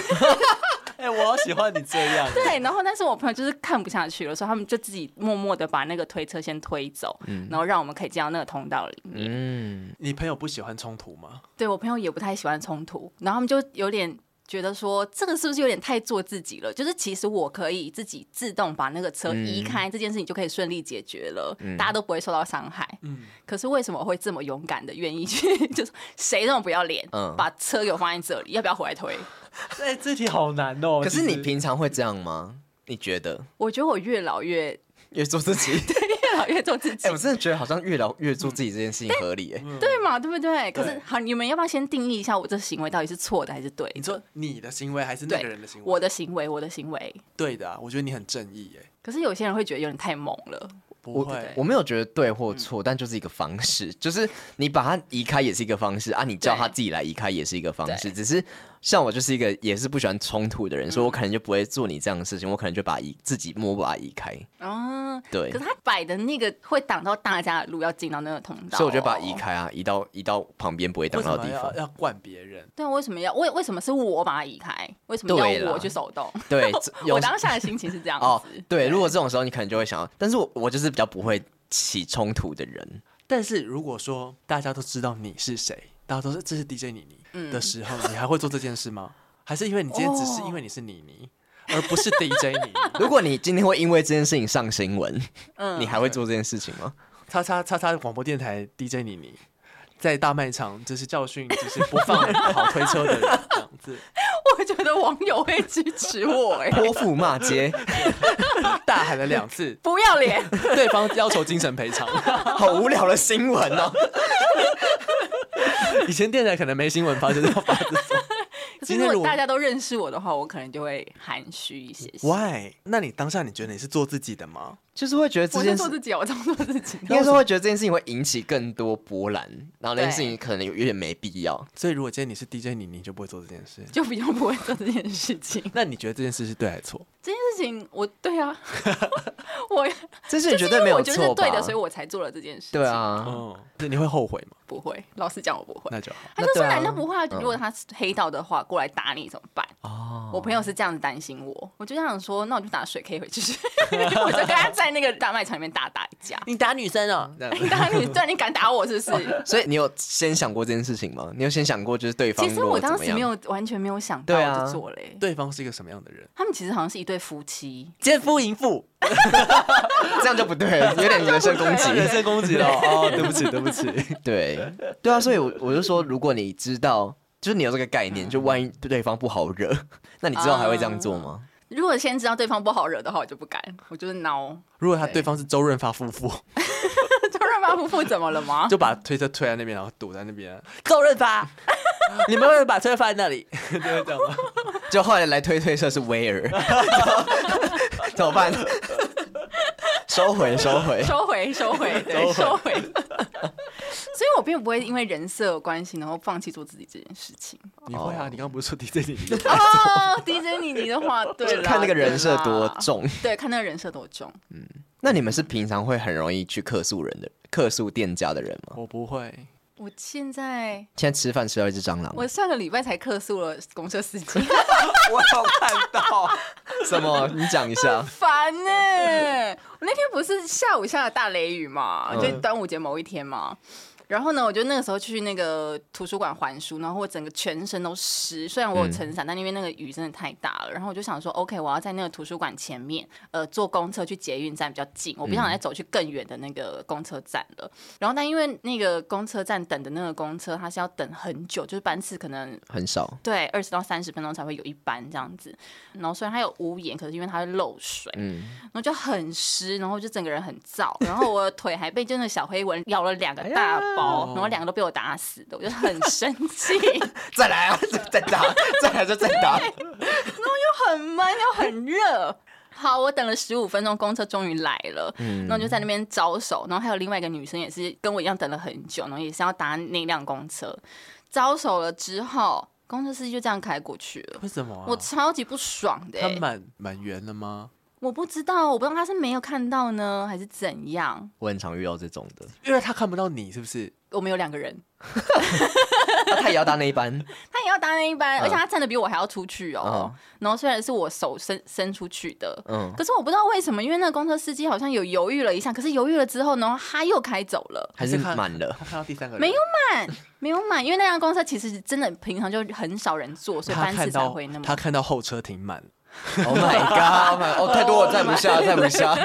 Speaker 3: 哎、我好喜欢你这样。
Speaker 4: (laughs) 对，然后但是我朋友就是看不下去了，所以他们就自己默默的把那个推车先推走，然后让我们可以进到那个通道里
Speaker 1: (laughs)
Speaker 4: 面。
Speaker 1: 嗯，
Speaker 3: 你朋友不喜欢冲突吗？
Speaker 4: 对我朋友也不太喜欢冲突，然后他们就有点。觉得说这个是不是有点太做自己了？就是其实我可以自己自动把那个车
Speaker 1: 嗯
Speaker 4: 移开，这件事情就可以顺利解决了，大家都不会受到伤害。
Speaker 3: 嗯，
Speaker 4: 可是为什么我会这么勇敢的愿意去？ (laughs) 就是谁这么不要脸，
Speaker 1: 嗯
Speaker 4: 把车给我放在这里，要不要回来推？
Speaker 3: (laughs) 哎、这题好难哦。
Speaker 1: 可是
Speaker 3: 其
Speaker 1: 你
Speaker 3: 实
Speaker 1: 平常会这样吗？你觉得
Speaker 4: 我觉得我越老越
Speaker 1: (laughs)
Speaker 4: (laughs)
Speaker 1: 越做自 (laughs) 己？
Speaker 4: 越老越做自己
Speaker 1: 哎、我。真的觉得好像越聊越做自己这件事情合理、哎、
Speaker 4: 对嘛，对不对？可是
Speaker 3: 对
Speaker 4: 好，你们要不要先定义一下我这行为到底是错的还是对的？
Speaker 3: 你说你的行为还是那
Speaker 4: 对
Speaker 3: 个人的行为？
Speaker 4: 我的行为，我的行为。
Speaker 3: 对的、啊，我觉得你很正义耶。
Speaker 4: 可是有些人会觉得有点太猛了，
Speaker 3: 不
Speaker 1: 我
Speaker 3: 会，
Speaker 1: 我没有觉得对
Speaker 4: 嗯
Speaker 1: 或错，但就是一个方式，就是你把它移开也是一个方式啊，你叫他自己来移开也是一个方式。
Speaker 4: 对嗯
Speaker 1: 只是像我就是一个也是不喜欢冲突的人，所以我可能就不会做你这样的事情，我可能就把它移自己默默把它移开。
Speaker 4: 啊，
Speaker 1: 对
Speaker 4: 可是，他摆的那个会挡到大家的路，要进到那个通道、
Speaker 1: 所以我就把它
Speaker 4: 哦
Speaker 1: 移。开啊，移到移到旁边不会
Speaker 3: 为
Speaker 1: 挡
Speaker 3: 什
Speaker 1: 到的
Speaker 3: 么
Speaker 1: 地方 (laughs)
Speaker 3: 要。要惯别人？
Speaker 4: 对啊，为什么要为为什么是我把它移开？为什么
Speaker 1: 对啦
Speaker 4: 要我去手动？，
Speaker 1: 对
Speaker 4: (laughs) 我当下的心情是这样子。
Speaker 1: 哦，对，如果这种时候你可能就会想要，但是我我就是比较不会起冲突的人，
Speaker 3: 但是如果说大家都知道你是谁，大家都是这是 DJ 妮妮的时候，你还会做这件事吗？还是因为你今天只是因为你是妮妮，而不是 DJ 妮妮？
Speaker 1: 如果你今天会因为这件事情上新闻，
Speaker 4: (laughs) 嗯
Speaker 1: 你还会做这件事情
Speaker 4: (laughs)
Speaker 1: 吗？
Speaker 3: 叉叉叉叉广播电台 DJ 妮妮。在大卖场，就是教训，就是不放好推车的人，这样子，
Speaker 4: (laughs) 我觉得网友会支持我、
Speaker 1: (laughs)
Speaker 4: 哎，
Speaker 1: 泼妇骂街，
Speaker 3: 大喊了两次，
Speaker 4: 不要脸。
Speaker 3: 对方要求精神赔偿。
Speaker 1: (laughs) 好无聊的新闻哦。
Speaker 3: 以前电台可能没新闻发生，要发这种。
Speaker 4: 可
Speaker 3: 今
Speaker 4: 是
Speaker 3: 天
Speaker 4: 如果
Speaker 3: 如果
Speaker 4: 大家都认识我的话，我可能就会含蓄一些些。
Speaker 3: Why？那你当下你觉得你是做自己的吗？
Speaker 1: (laughs) 就是会觉得这
Speaker 4: 我
Speaker 1: 件
Speaker 4: 在
Speaker 1: 事
Speaker 4: 做，自己啊，我在做自己。
Speaker 1: 应该说会觉得这件事情会引起更多波澜，然后那件
Speaker 4: 对
Speaker 1: 事情可能有有点没必要。
Speaker 3: 所以如果今天你是 DJ 你，你就不会做这件事。
Speaker 4: 就比较不会做这件事情。
Speaker 3: 那你觉得这件事是对还是错？
Speaker 4: 这件事情我
Speaker 1: (laughs)
Speaker 4: 对啊，我
Speaker 1: 这事
Speaker 4: (laughs) 就
Speaker 1: 情
Speaker 4: 是
Speaker 1: 绝
Speaker 4: 因
Speaker 1: 对没
Speaker 4: 为
Speaker 1: 有
Speaker 4: 我觉得
Speaker 1: 错
Speaker 4: 是
Speaker 1: 吧？
Speaker 4: 对的，所以我才做了这件事情。
Speaker 1: 对，啊，
Speaker 3: 哦，那你会后悔吗？
Speaker 4: 不会，老实讲我不会。
Speaker 3: 那就好。。
Speaker 4: 他就
Speaker 1: 那对
Speaker 4: 说
Speaker 1: 啊
Speaker 4: 难道不会啊？
Speaker 1: 嗯
Speaker 4: 如果他是黑道的话，过来打你怎么办？
Speaker 1: 哦，
Speaker 4: 我朋友是这样 (laughs) 子担心我，我就想说，那我就打水 K 回去，我就跟他在那个大卖场里面大打一架
Speaker 3: 你打女生哦，
Speaker 1: 那
Speaker 4: 你打你，对，你敢打我是不是？
Speaker 1: (laughs) 所以你有先想过这件事情吗？你有先想过就是对方
Speaker 4: 其实
Speaker 1: 如
Speaker 4: 我
Speaker 1: 果怎
Speaker 4: 当
Speaker 1: 么
Speaker 4: 时
Speaker 1: 样？
Speaker 4: 没有完全没有想到，
Speaker 1: 对啊
Speaker 4: 我就做了、欸。
Speaker 3: 对方是一个什么样的人？
Speaker 4: 他们其实好像是一对夫妻，
Speaker 3: 奸夫淫妇，
Speaker 1: 这样就不对了，
Speaker 4: (laughs)
Speaker 1: 有点人身攻击。
Speaker 3: 人身攻击了 (laughs) 哦，对不起，对不起，
Speaker 1: 对， (laughs) 对啊，所以我我就说，如果你知道，就是你有这个概
Speaker 4: 嗯
Speaker 1: 念，就万一对方不好惹， (laughs) 那你之后还会这样做吗？
Speaker 4: 如果先知道对方不好惹的话，我就不敢，我就是挠。
Speaker 3: 如果他
Speaker 4: 对
Speaker 3: 对方是周润发夫妇，
Speaker 4: (laughs) 周润发夫妇怎么了吗？
Speaker 3: 就把推车推在那边，然后堵在那边。周润发，啊 (laughs) 你们为什么把车放在那里？就会这样吗？
Speaker 1: 就后来来推推测是威 (laughs) 尔，怎么办？收回，收回。
Speaker 4: (laughs) 收回，
Speaker 1: (laughs)
Speaker 4: 收回，对，收回。 (laughs) 所以我并不会因为人设有关系，然后放弃做自己这件事
Speaker 1: (laughs)
Speaker 4: 情。
Speaker 3: 你会啊？你刚刚不是说 DJ 你
Speaker 4: (laughs)
Speaker 3: 就
Speaker 4: 哦，DJ 妮妮的话，对
Speaker 1: 就
Speaker 4: 了，
Speaker 1: 看那个人设多
Speaker 4: 对啦，
Speaker 1: 重。
Speaker 4: 对，看那个人设多重。
Speaker 1: 那你们是平常会很容易去客诉人的、客诉店家的人吗？
Speaker 3: 我不会，
Speaker 4: 我现在
Speaker 1: 现在吃饭吃到一只蟑螂，
Speaker 4: 我上个礼拜才客诉了公车司机，
Speaker 3: 我有看到，
Speaker 1: 什么？你讲一 (laughs) 下。
Speaker 4: (laughs) 烦呢、我那天不是下午下了大雷雨嘛，
Speaker 1: 嗯
Speaker 4: 就端午节某一天嘛。然后呢，我就那个时候去那个图书馆还书，然后我整个全身都湿。虽然我有撑伞，但因为那个雨真的太大了，然后我就想说，OK，我要在那个图书馆前面，呃，坐公车去捷运站比较近，我不想再走去更远的那个公车站了。然后，但因为那个公车站等的那个公车，它是要等很久，就是班次可能
Speaker 1: 很少，
Speaker 4: 对，二十到三十分钟才会有一班这样子。然后虽然它有屋檐，可是因为它会漏水，然后就很湿，然后就整个人很燥，然后我的腿还被真的小黑蚊咬了两个大包，然后两个都被我打死的，我就很生气， (laughs)
Speaker 1: 再来啊，再再打，再来就再打。
Speaker 4: 很闷又很热。好，我等了十五分钟，公车终于来了，然后就在那边招手，然后还有另外一个女生也是跟我一样等了很久，然后也是要搭那辆公车，招手了之后，公车司机就这样开过去了。
Speaker 3: (laughs) 为什么啊？
Speaker 4: 我超级不爽的、
Speaker 3: 他
Speaker 4: 欸，
Speaker 3: 满满圆了吗？
Speaker 4: 我不知道，我不知道他是没有看到呢，还是怎样。
Speaker 1: 我很常遇到这种的，
Speaker 3: 因为他看不到你，是不是？
Speaker 4: 我们有两个人，
Speaker 1: 那他也要搭那一班，
Speaker 4: 他也要搭那一班，
Speaker 1: 嗯
Speaker 4: 而且他站的比我还要出去哦。然后虽然是我手伸伸出去的，
Speaker 1: 嗯，
Speaker 4: 可是我不知道为什么，因为那个公车司机好像有犹豫了一下，可是犹豫了之后呢，然后他又开走了。
Speaker 1: 还是满了。
Speaker 3: 他看到第三个人
Speaker 4: 没有？啊满，没有满，因为那辆公车其实真的平常就很少人坐，所以
Speaker 3: 他
Speaker 4: 班次
Speaker 3: 看
Speaker 4: 才
Speaker 3: 到
Speaker 4: 会那么
Speaker 3: 他看到后车停满， (laughs)
Speaker 1: Oh (laughs) my god！Oh my- 哦，太多了，站不下，站不下。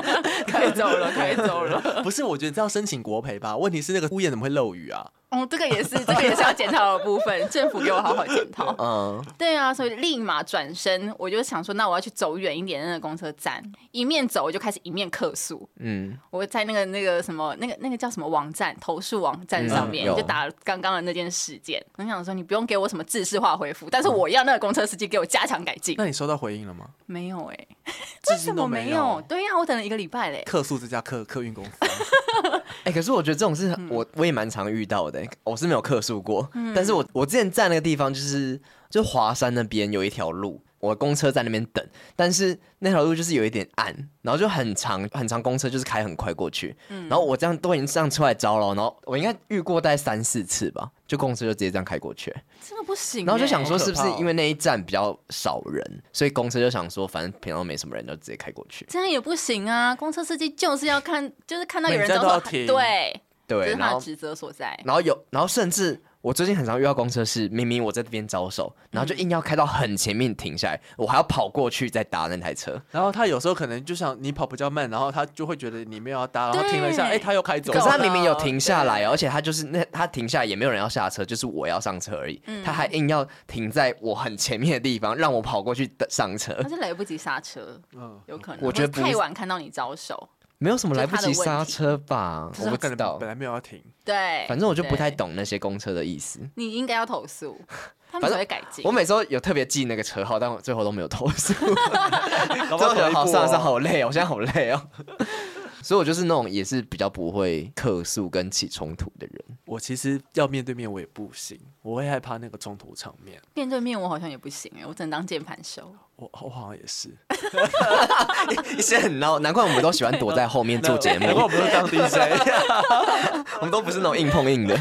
Speaker 4: 开走了， (laughs) 开走了。
Speaker 3: 不是？我觉得这要申请国赔吧？问题是那个物业怎么会漏雨啊？
Speaker 4: 哦，这个也是，这个也是要检讨的部分，政府给我好好检讨。
Speaker 1: 嗯，
Speaker 4: 对啊，所以立马转身，我就想说，那我要去走远一点的那个公车站。一面走，我就开始一面客诉。
Speaker 1: 嗯，
Speaker 4: 我在那个那个什么那个那个叫什么网站投诉网站上面，
Speaker 1: 嗯有
Speaker 4: 就打刚刚的那件事件。我想说，你不用给我什么制式化回复，但是我要那个公车司机给我加强改进。
Speaker 3: 那你收到回应了吗？
Speaker 4: 没有哎、欸，
Speaker 3: 至
Speaker 4: 为什
Speaker 3: 今
Speaker 4: 么
Speaker 3: 都
Speaker 4: 没有
Speaker 3: 有？？
Speaker 4: 对啊呀、我等了一个礼拜嘞。
Speaker 3: 客诉这家客客运公司，啊
Speaker 1: 哎，可是我觉得这种事
Speaker 3: 嗯
Speaker 1: 我我也蛮常遇到的，我是没有客诉过，但是我我之前在那个地方就是就华山那边有一条路。我公车在那边等，但是那条路就是有一点暗，然后就很长很长，公车就是开很快过去，
Speaker 3: 嗯
Speaker 1: 然后我这样都已经这样出来招了，然后我应该遇过大概三四次吧，就公车就直接这样开过去，
Speaker 4: 真的不行欸、
Speaker 1: 然后就想说
Speaker 3: 好
Speaker 1: 是
Speaker 3: 可
Speaker 1: 不
Speaker 3: 怕
Speaker 1: 是
Speaker 3: 哦
Speaker 1: 因为那一站比较少人，所以公车就想说反正平常没什么人，就直接开过去。
Speaker 4: 这样也不行啊！公车司机就是要看，就是看到有人
Speaker 3: 每家
Speaker 4: 招
Speaker 3: 都
Speaker 4: 手，
Speaker 3: 要停
Speaker 4: 对，这
Speaker 1: 对，
Speaker 4: 是
Speaker 1: 然
Speaker 4: 他的
Speaker 1: 后
Speaker 4: 职责所在。
Speaker 1: 然后有，然后甚至我最近很常遇到公车是，明明我在这边招手，然后就硬要开到很前面停下来，我还要跑过去再搭那台车。
Speaker 3: 然后他有时候可能就像你跑比较慢，然后他就会觉得你没有要搭，然后停了一下，
Speaker 4: 对
Speaker 3: 哎，他又开走
Speaker 1: 可
Speaker 3: 了。
Speaker 1: 是他
Speaker 4: 够了
Speaker 1: 明明有停下来哦，而且他就是那他停下来也没有人要下车，就是我要上车而已，
Speaker 4: 嗯
Speaker 1: 他还硬要停在我很前面的地方，让我跑过去等上车，
Speaker 4: 他是来不及刹车，
Speaker 3: 嗯，
Speaker 4: 有可能。
Speaker 1: 我觉得
Speaker 4: 或
Speaker 1: 不
Speaker 4: 是太晚看到你招手，
Speaker 1: 没有什么来不及
Speaker 4: 就他的
Speaker 1: 刹
Speaker 4: 问题
Speaker 1: 车吧，
Speaker 3: 就是
Speaker 1: 我
Speaker 3: 他
Speaker 1: 不
Speaker 3: 可
Speaker 1: 知
Speaker 3: 能
Speaker 1: 道
Speaker 3: 本，来没有
Speaker 1: (laughs)
Speaker 3: 要停。
Speaker 4: 对，
Speaker 1: 反正我就不太
Speaker 4: 对。
Speaker 1: 懂那些公车的意思。
Speaker 4: 你应该要
Speaker 1: (laughs)
Speaker 4: 投诉，他
Speaker 1: 反
Speaker 4: 们才
Speaker 1: 正
Speaker 4: 会改进
Speaker 1: 我。每次都有特别记那个车号，但我最后都没有投诉。
Speaker 3: 搞不
Speaker 1: 真的觉
Speaker 3: 好
Speaker 1: 得好
Speaker 3: 跑一步
Speaker 1: 上
Speaker 3: 哦
Speaker 1: 上好累哦，我现在好累哦。 (laughs) 所以我就是那种也是比较不会客诉跟起冲突的人。 (laughs)
Speaker 3: 我其实要面对面我也不行，我会害怕那个冲突场面。
Speaker 4: 面对面我好像也不行哎、我只能当键盘手。
Speaker 3: 我我好像也是，
Speaker 1: 一些很闹，难怪我们都喜欢躲在后 (laughs) (laughs) 面做节目
Speaker 3: 难，怪我不是当 DJ。
Speaker 1: 我们都不是那种硬碰硬的。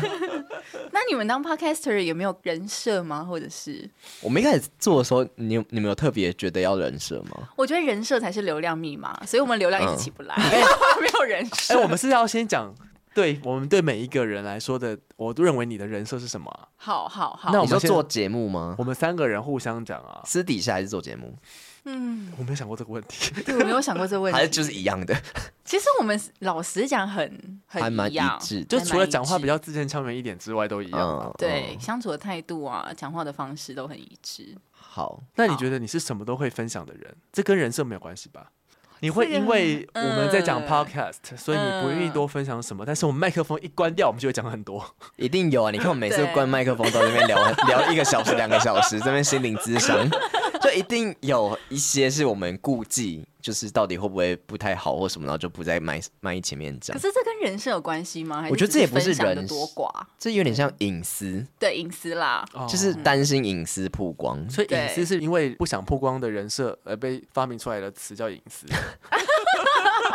Speaker 4: 那你们当 podcaster 有没有人设吗？或者是
Speaker 1: (laughs) 我们一开始做的时候，你有你们有特别觉得要人设吗？
Speaker 4: 我觉得人设才是流量密码，所以我们流量
Speaker 1: 嗯
Speaker 4: 一直起不
Speaker 1: (laughs)
Speaker 4: 来， (laughs) 没有人
Speaker 3: 哎、
Speaker 4: 设。
Speaker 3: 我们是要先讲对我们对每一个人来说的，我都认为你的人设是什么啊、
Speaker 4: 好好好，
Speaker 3: 那我
Speaker 1: 你说
Speaker 3: 们先
Speaker 1: 做节目吗
Speaker 3: 我？们三个人互相讲啊，
Speaker 1: 私底下还是做节目，
Speaker 4: 嗯，
Speaker 3: 我没有想过这个问题。
Speaker 4: 对，我没有想过这个
Speaker 1: (laughs)
Speaker 4: 问
Speaker 1: 还是
Speaker 4: 题。
Speaker 1: 就是一样的，
Speaker 4: 其实我们老实讲很，很
Speaker 1: 还蛮
Speaker 4: 一
Speaker 1: 一
Speaker 4: 样，
Speaker 1: 致的。
Speaker 3: 就
Speaker 4: 还
Speaker 3: 除
Speaker 4: 蛮
Speaker 3: 了
Speaker 4: 一
Speaker 3: 讲话
Speaker 4: 致
Speaker 3: 比较字正腔圆一点之外，都一样啊、
Speaker 1: 嗯，
Speaker 4: 对、
Speaker 1: 嗯
Speaker 4: 相处的态度啊，讲话的方式都很一致。
Speaker 1: 好，
Speaker 3: 那你觉得你是什么都会分享的人？这跟人设没有关系吧？你会因为我们在讲
Speaker 4: 嗯
Speaker 3: podcast，、所以你不愿意多分享什么，但是我们麦克风一关掉，我们就会讲很多。
Speaker 1: 一定有啊！你看我
Speaker 4: (laughs)
Speaker 1: 每次
Speaker 4: 对
Speaker 1: 关麦克风到那边聊 (laughs) 聊一个小时、两个小时，这边心灵咨商， (laughs) 就一定有一些是我们顾忌，就是到底会不会不太好或什么，然后就不在麦麦前面讲
Speaker 4: 可。是这跟人设有关系吗？还
Speaker 1: 我觉得
Speaker 4: 只
Speaker 1: 这也不是
Speaker 4: 分享
Speaker 1: 人
Speaker 4: 的多寡，
Speaker 1: 这有点像隐私，
Speaker 4: 对隐私啦。
Speaker 3: 哦
Speaker 1: 就是担心隐私曝光。
Speaker 3: 所以
Speaker 4: 对
Speaker 3: 隐私是因为不想曝光的人设而被发明出来的词叫隐 (laughs) 私。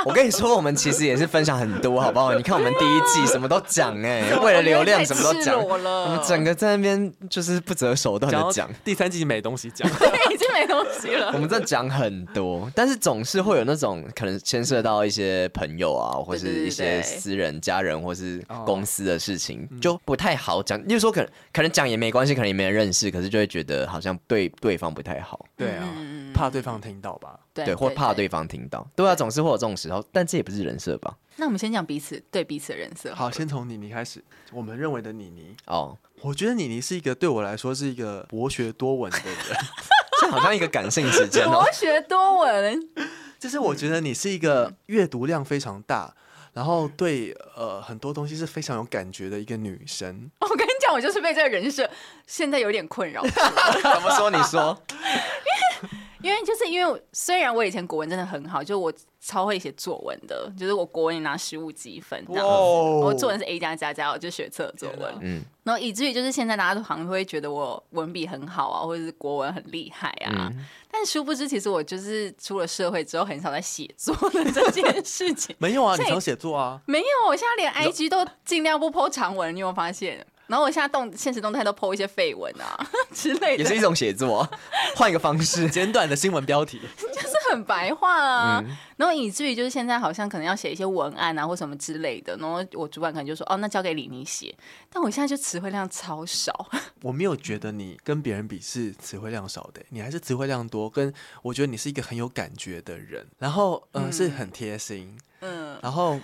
Speaker 1: 我跟你说，我们其实也是分享很多，好不好？你看我们第一季什么都讲，哎，为了流量什么都讲，
Speaker 4: 我
Speaker 1: 我们 (laughs)
Speaker 4: 了，
Speaker 1: 整个在那边就是不择手段
Speaker 3: 到
Speaker 1: 的讲。
Speaker 3: 第三季没东西 (laughs) 讲，
Speaker 4: 已经没东西 (laughs) 了。
Speaker 1: (laughs) 我们在讲很多，但是总是会有那种可能牵涉到一些朋友啊，或
Speaker 4: 对对
Speaker 1: 是
Speaker 4: 对
Speaker 1: 一些
Speaker 4: 对
Speaker 1: 私人、家人或是
Speaker 3: 哦
Speaker 1: 公司的事情，就不太好讲。例如说可，能可能讲也没关系，可能也没人认识，可是就会觉得好像对对方不太好，
Speaker 3: 对啊，怕对方听到吧？
Speaker 4: 嗯对
Speaker 1: 对，或怕对。方听到，对啊，总是会有这种时候，但这也不是人设吧？
Speaker 4: 那我们先讲彼此对彼此的人设。
Speaker 3: 好，先从妮妮开始。我们认为的妮妮，
Speaker 1: 哦，
Speaker 3: 我觉得妮妮是一个对我来说是一个博学多闻的人。
Speaker 1: 这好像一个感性之间哦
Speaker 4: 博，学多闻，
Speaker 3: 就是我觉得你是一个
Speaker 4: 嗯
Speaker 3: 阅读量非常大，然后对呃很多东西是非常有感觉的一个女生。
Speaker 4: (laughs) 我跟你讲，我就是被这个人设现在有点困扰，
Speaker 1: (laughs) 怎么说？你说，
Speaker 4: 因为就是因为我虽然我以前国文真的很好，就我超会写作文的，就是我国文也拿十五积分这样子，
Speaker 3: 哦。
Speaker 4: 我作文是 A 加加加，我就学测作文，
Speaker 1: 嗯，
Speaker 4: 然后以至于就是现在大家都好像会觉得我文笔很好啊，或者是国文很厉害啊。
Speaker 1: 嗯
Speaker 4: 但殊不知，其实我就是出了社会之后，很少在写作的这件事情
Speaker 1: (laughs)
Speaker 3: 没有啊，
Speaker 4: 所
Speaker 3: 你
Speaker 4: 以
Speaker 3: 常写作啊，
Speaker 4: 没有，我现在连 IG 都尽量不 po 长文，你有没有发现？然后我现在动现实动态都 po 一些废文啊 (laughs) 之类的，
Speaker 1: 也是一种写作啊，换一个方式，
Speaker 3: 简短的新闻标题。
Speaker 4: 就是很白话啊。
Speaker 1: 嗯
Speaker 4: 然后以至于就是现在好像可能要写一些文案啊或什么之类的，然后我主管可能就说哦，那交给李妮写。但我现在就词汇量超少，
Speaker 3: 我没有觉得你跟别人比是词汇量少的、欸你还是词汇量多。跟我觉得你是一个很有感觉的人，然后呃、是很贴心，
Speaker 4: 嗯，
Speaker 3: 然后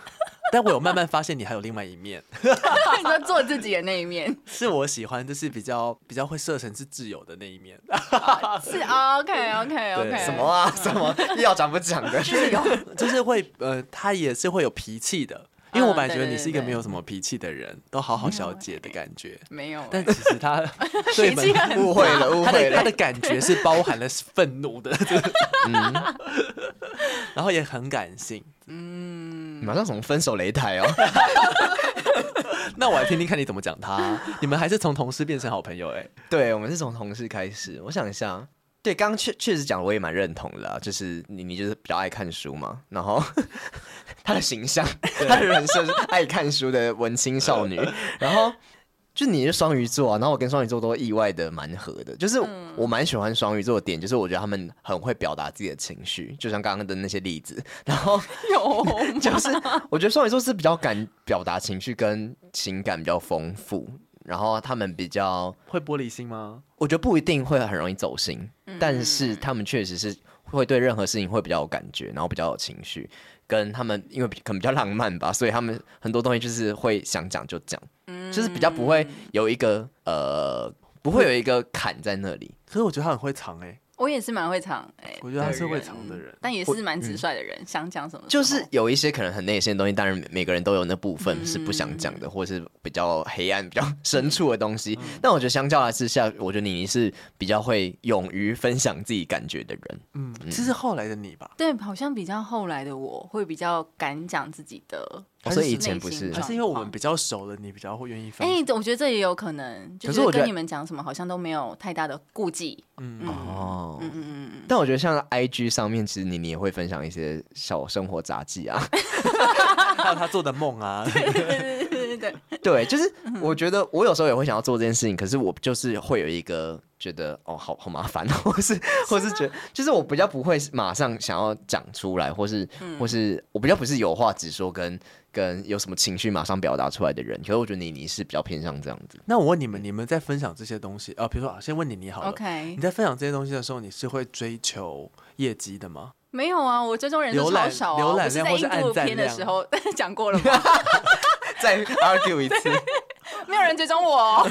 Speaker 3: (laughs) 但我有慢慢发现你还有另外一面，
Speaker 4: 你说做自己的那一面。
Speaker 3: 是我喜欢，就是比较比较会设成是挚友的那一面。
Speaker 4: (laughs) 是 OK OK
Speaker 3: 对
Speaker 4: OK，
Speaker 1: 什么啊？什么要讲不讲的？
Speaker 3: (laughs) 就是会呃，他也是会有脾气的，因为我
Speaker 4: 嗯
Speaker 3: 本来觉
Speaker 4: 对
Speaker 3: 得你
Speaker 4: 对
Speaker 3: 是一个
Speaker 4: 对
Speaker 3: 没有什么脾气的人，都好好小姐的感
Speaker 4: (laughs)
Speaker 3: 觉。
Speaker 4: 没有？
Speaker 3: 但其实
Speaker 4: (laughs)
Speaker 3: 他对
Speaker 4: 脾气
Speaker 3: 本
Speaker 4: 很
Speaker 1: 误会了，误
Speaker 3: 他
Speaker 1: 会
Speaker 3: 的他
Speaker 1: 了
Speaker 3: 的。感觉是包含了愤怒的，嗯 (laughs) 然后也很感性。
Speaker 1: 你马上什么分手擂台哦？
Speaker 3: 那我来听听看你怎么讲他。你们还是从同事变成好朋友哎、
Speaker 1: 对，我们是从同事开始。我想一下，对，刚刚确确实讲，我也蛮认同的、啊，就是你你就是比较爱看书嘛，然后 (laughs) 他的形象，他的人设是爱看书的文青少女，然后。就你是双鱼座啊，然后我跟双鱼座都意外的蛮合的，就是我蛮喜欢双鱼座的点，就是我觉得他们很会表达自己的情绪，就像刚刚的那些例子，然后
Speaker 4: 有
Speaker 3: (laughs)
Speaker 1: 就是我觉得双鱼座是比较敢表达情绪跟情感比较丰富，然后他们比较
Speaker 3: 会玻璃心吗？
Speaker 1: 我觉得不一定会很容易走心，但是他们确实是会对任何事情会比较有感觉，然后比较有情绪，跟他们因为比可能比较浪漫吧，所以他们很多东西就是会想讲就讲，
Speaker 4: 嗯
Speaker 1: 就是比较不会有一个呃不会有一个坎在那里。
Speaker 3: 可是我觉得他很会藏哎、
Speaker 4: 我也是蛮会藏，哎，
Speaker 3: 我觉得他是会藏的人。嗯
Speaker 4: 但也是蛮直率的人，想讲什么时
Speaker 1: 就
Speaker 4: 候
Speaker 1: 是有一些可能很内心的东西，当然每每个人都有那部分是不想讲的，或是比较黑暗、比较深处的东西。但我觉得相较来之下，我觉得你是比较会勇于分享自己感觉的人。
Speaker 3: 嗯，这是后来的你吧？
Speaker 4: 对，好像比较后来的我会比较敢讲自己的。
Speaker 1: 哦所以以前不是
Speaker 4: 内心
Speaker 3: 还
Speaker 4: 状
Speaker 3: 是因为我们
Speaker 4: 况
Speaker 3: 比较熟了，你比较会愿意分
Speaker 4: 哎
Speaker 3: 享？、
Speaker 4: 我觉得这也有可能，就
Speaker 1: 可是我觉得
Speaker 4: 跟你们讲什么好像都没有太大的顾
Speaker 3: (laughs)
Speaker 4: 忌。
Speaker 1: 哦，嗯嗯嗯。但我觉得像 I G 上面，其实你你也会分享一些小生活杂技啊， (laughs)
Speaker 3: 还有他做的梦啊，
Speaker 4: 对对对对对，
Speaker 1: 对，就是我觉得我有时候也会想要做这件事情，可是我就是会有一个觉得哦，好好麻烦， (laughs) 或是或是觉得，就是我比较不会马上想要讲出来，或是、或是我比较不是有话直说跟，跟有什么情绪马上表达出来的人。可是我觉得你你是比较偏向这样子，
Speaker 3: 那我问你们，你们在分享这些东西啊、呃比如说啊，先问你你好了
Speaker 4: OK
Speaker 3: 你在分享这些东西的时候，你是会追求业绩的吗？
Speaker 4: 没有啊，我追踪人数
Speaker 3: 浏览
Speaker 4: 超少
Speaker 3: 浏
Speaker 4: 啊，
Speaker 3: 览
Speaker 4: 我是
Speaker 3: 量
Speaker 4: 在
Speaker 3: 或是
Speaker 4: 印度
Speaker 3: 按赞
Speaker 4: 片的
Speaker 3: 量
Speaker 4: 时候 (laughs) 讲过了吗？
Speaker 1: 再 argue 一 (laughs) 次。
Speaker 4: 没有人追踪我哦，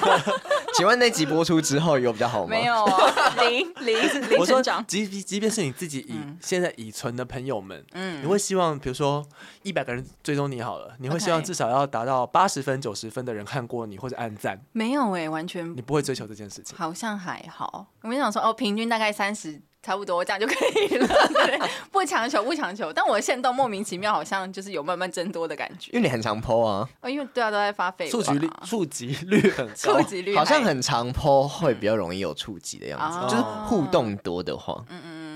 Speaker 1: 请问那集播出之后有比较好吗？
Speaker 4: 没有
Speaker 3: (laughs)
Speaker 4: 啊，零零零
Speaker 3: 我说
Speaker 4: 成长，。
Speaker 3: 即即便是你自己已、现在已存的朋友们，
Speaker 4: 嗯
Speaker 3: 你会希望，比如说一百个人追踪你好了，你会希望
Speaker 4: OK
Speaker 3: 至少要达到八十分、九十分的人看过你或者按赞，
Speaker 4: 没有哎、完全
Speaker 3: 你不会追求这件事情。
Speaker 4: 好像还好。我们想说哦，平均大概三十。差不多这样就可以
Speaker 3: (laughs)
Speaker 4: 了，对，不强求，不强求。但我的线动莫名其妙，好像就是有慢慢增多的感觉
Speaker 1: 因。为你很常 PO 啊，
Speaker 4: 哦，因为对啊，都在发绯闻
Speaker 3: 触及率哦
Speaker 4: 啊
Speaker 3: 触及率很高
Speaker 4: 触，及率
Speaker 1: 好像
Speaker 4: 还
Speaker 1: 很常 PO 会比较容易有触及的样子，
Speaker 4: 哦嗯
Speaker 1: 就是互动多的话，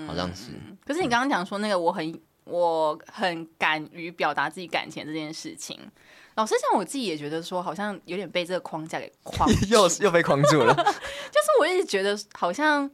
Speaker 1: 好像是。
Speaker 4: 可是你刚刚讲说那个我很我很敢于表达自己感情这件事情，老实讲，我自己也觉得说好像有点被这个框架给框
Speaker 3: (laughs)
Speaker 1: (laughs)
Speaker 4: 住，
Speaker 1: 又
Speaker 4: 就是
Speaker 1: 又被框住了，
Speaker 4: 我一直觉得好像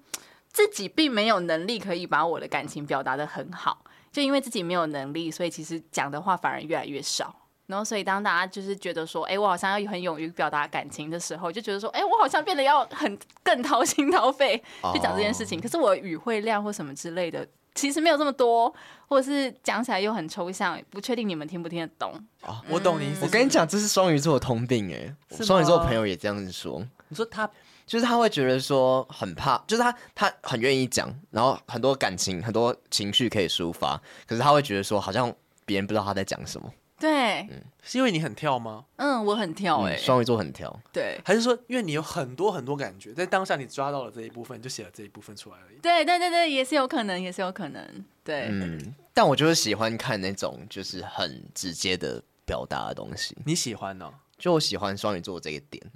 Speaker 4: 自己并没有能力可以把我的感情表达的很好，就因为自己没有能力，所以其实讲的话反而越来越少。然后，所以当大家就是觉得说，哎、我好像要很勇于表达感情的时候，就觉得说，哎、我好像变得要很更掏心掏肺， (laughs) (laughs)
Speaker 1: 哦
Speaker 4: 去讲这件事情。可是我语汇量或什么之类的，其实没有这么多，或者是讲起来又很抽象，不确定你们听不听得懂。
Speaker 1: 哦
Speaker 3: 我懂你意思。
Speaker 1: 我跟你，讲，这是双鱼座的通病哎、
Speaker 3: 是吗
Speaker 1: 双鱼座朋友也这样子说，
Speaker 3: 你说他
Speaker 1: 就是他会觉得说很怕，就是他他很愿意讲，然后很多感情、很多情绪可以抒发，可是他会觉得说好像别人不知道他在讲什么。
Speaker 4: 对，
Speaker 3: 是因为你很跳吗？
Speaker 4: 嗯，我很跳哎、
Speaker 1: 嗯双、鱼座很挑，
Speaker 4: 对。
Speaker 3: 还是说因为你有很多很多感觉，在当下你抓到了这一部分，你就写了这一部分出来而已？
Speaker 4: 对对对对，也是有可能，也是有可能。对，
Speaker 1: 嗯，但我就是喜欢看那种就是很直接的表达的东西，
Speaker 3: 你喜欢呢？
Speaker 1: 就我喜欢双鱼座这一点，(laughs)
Speaker 3: 嗯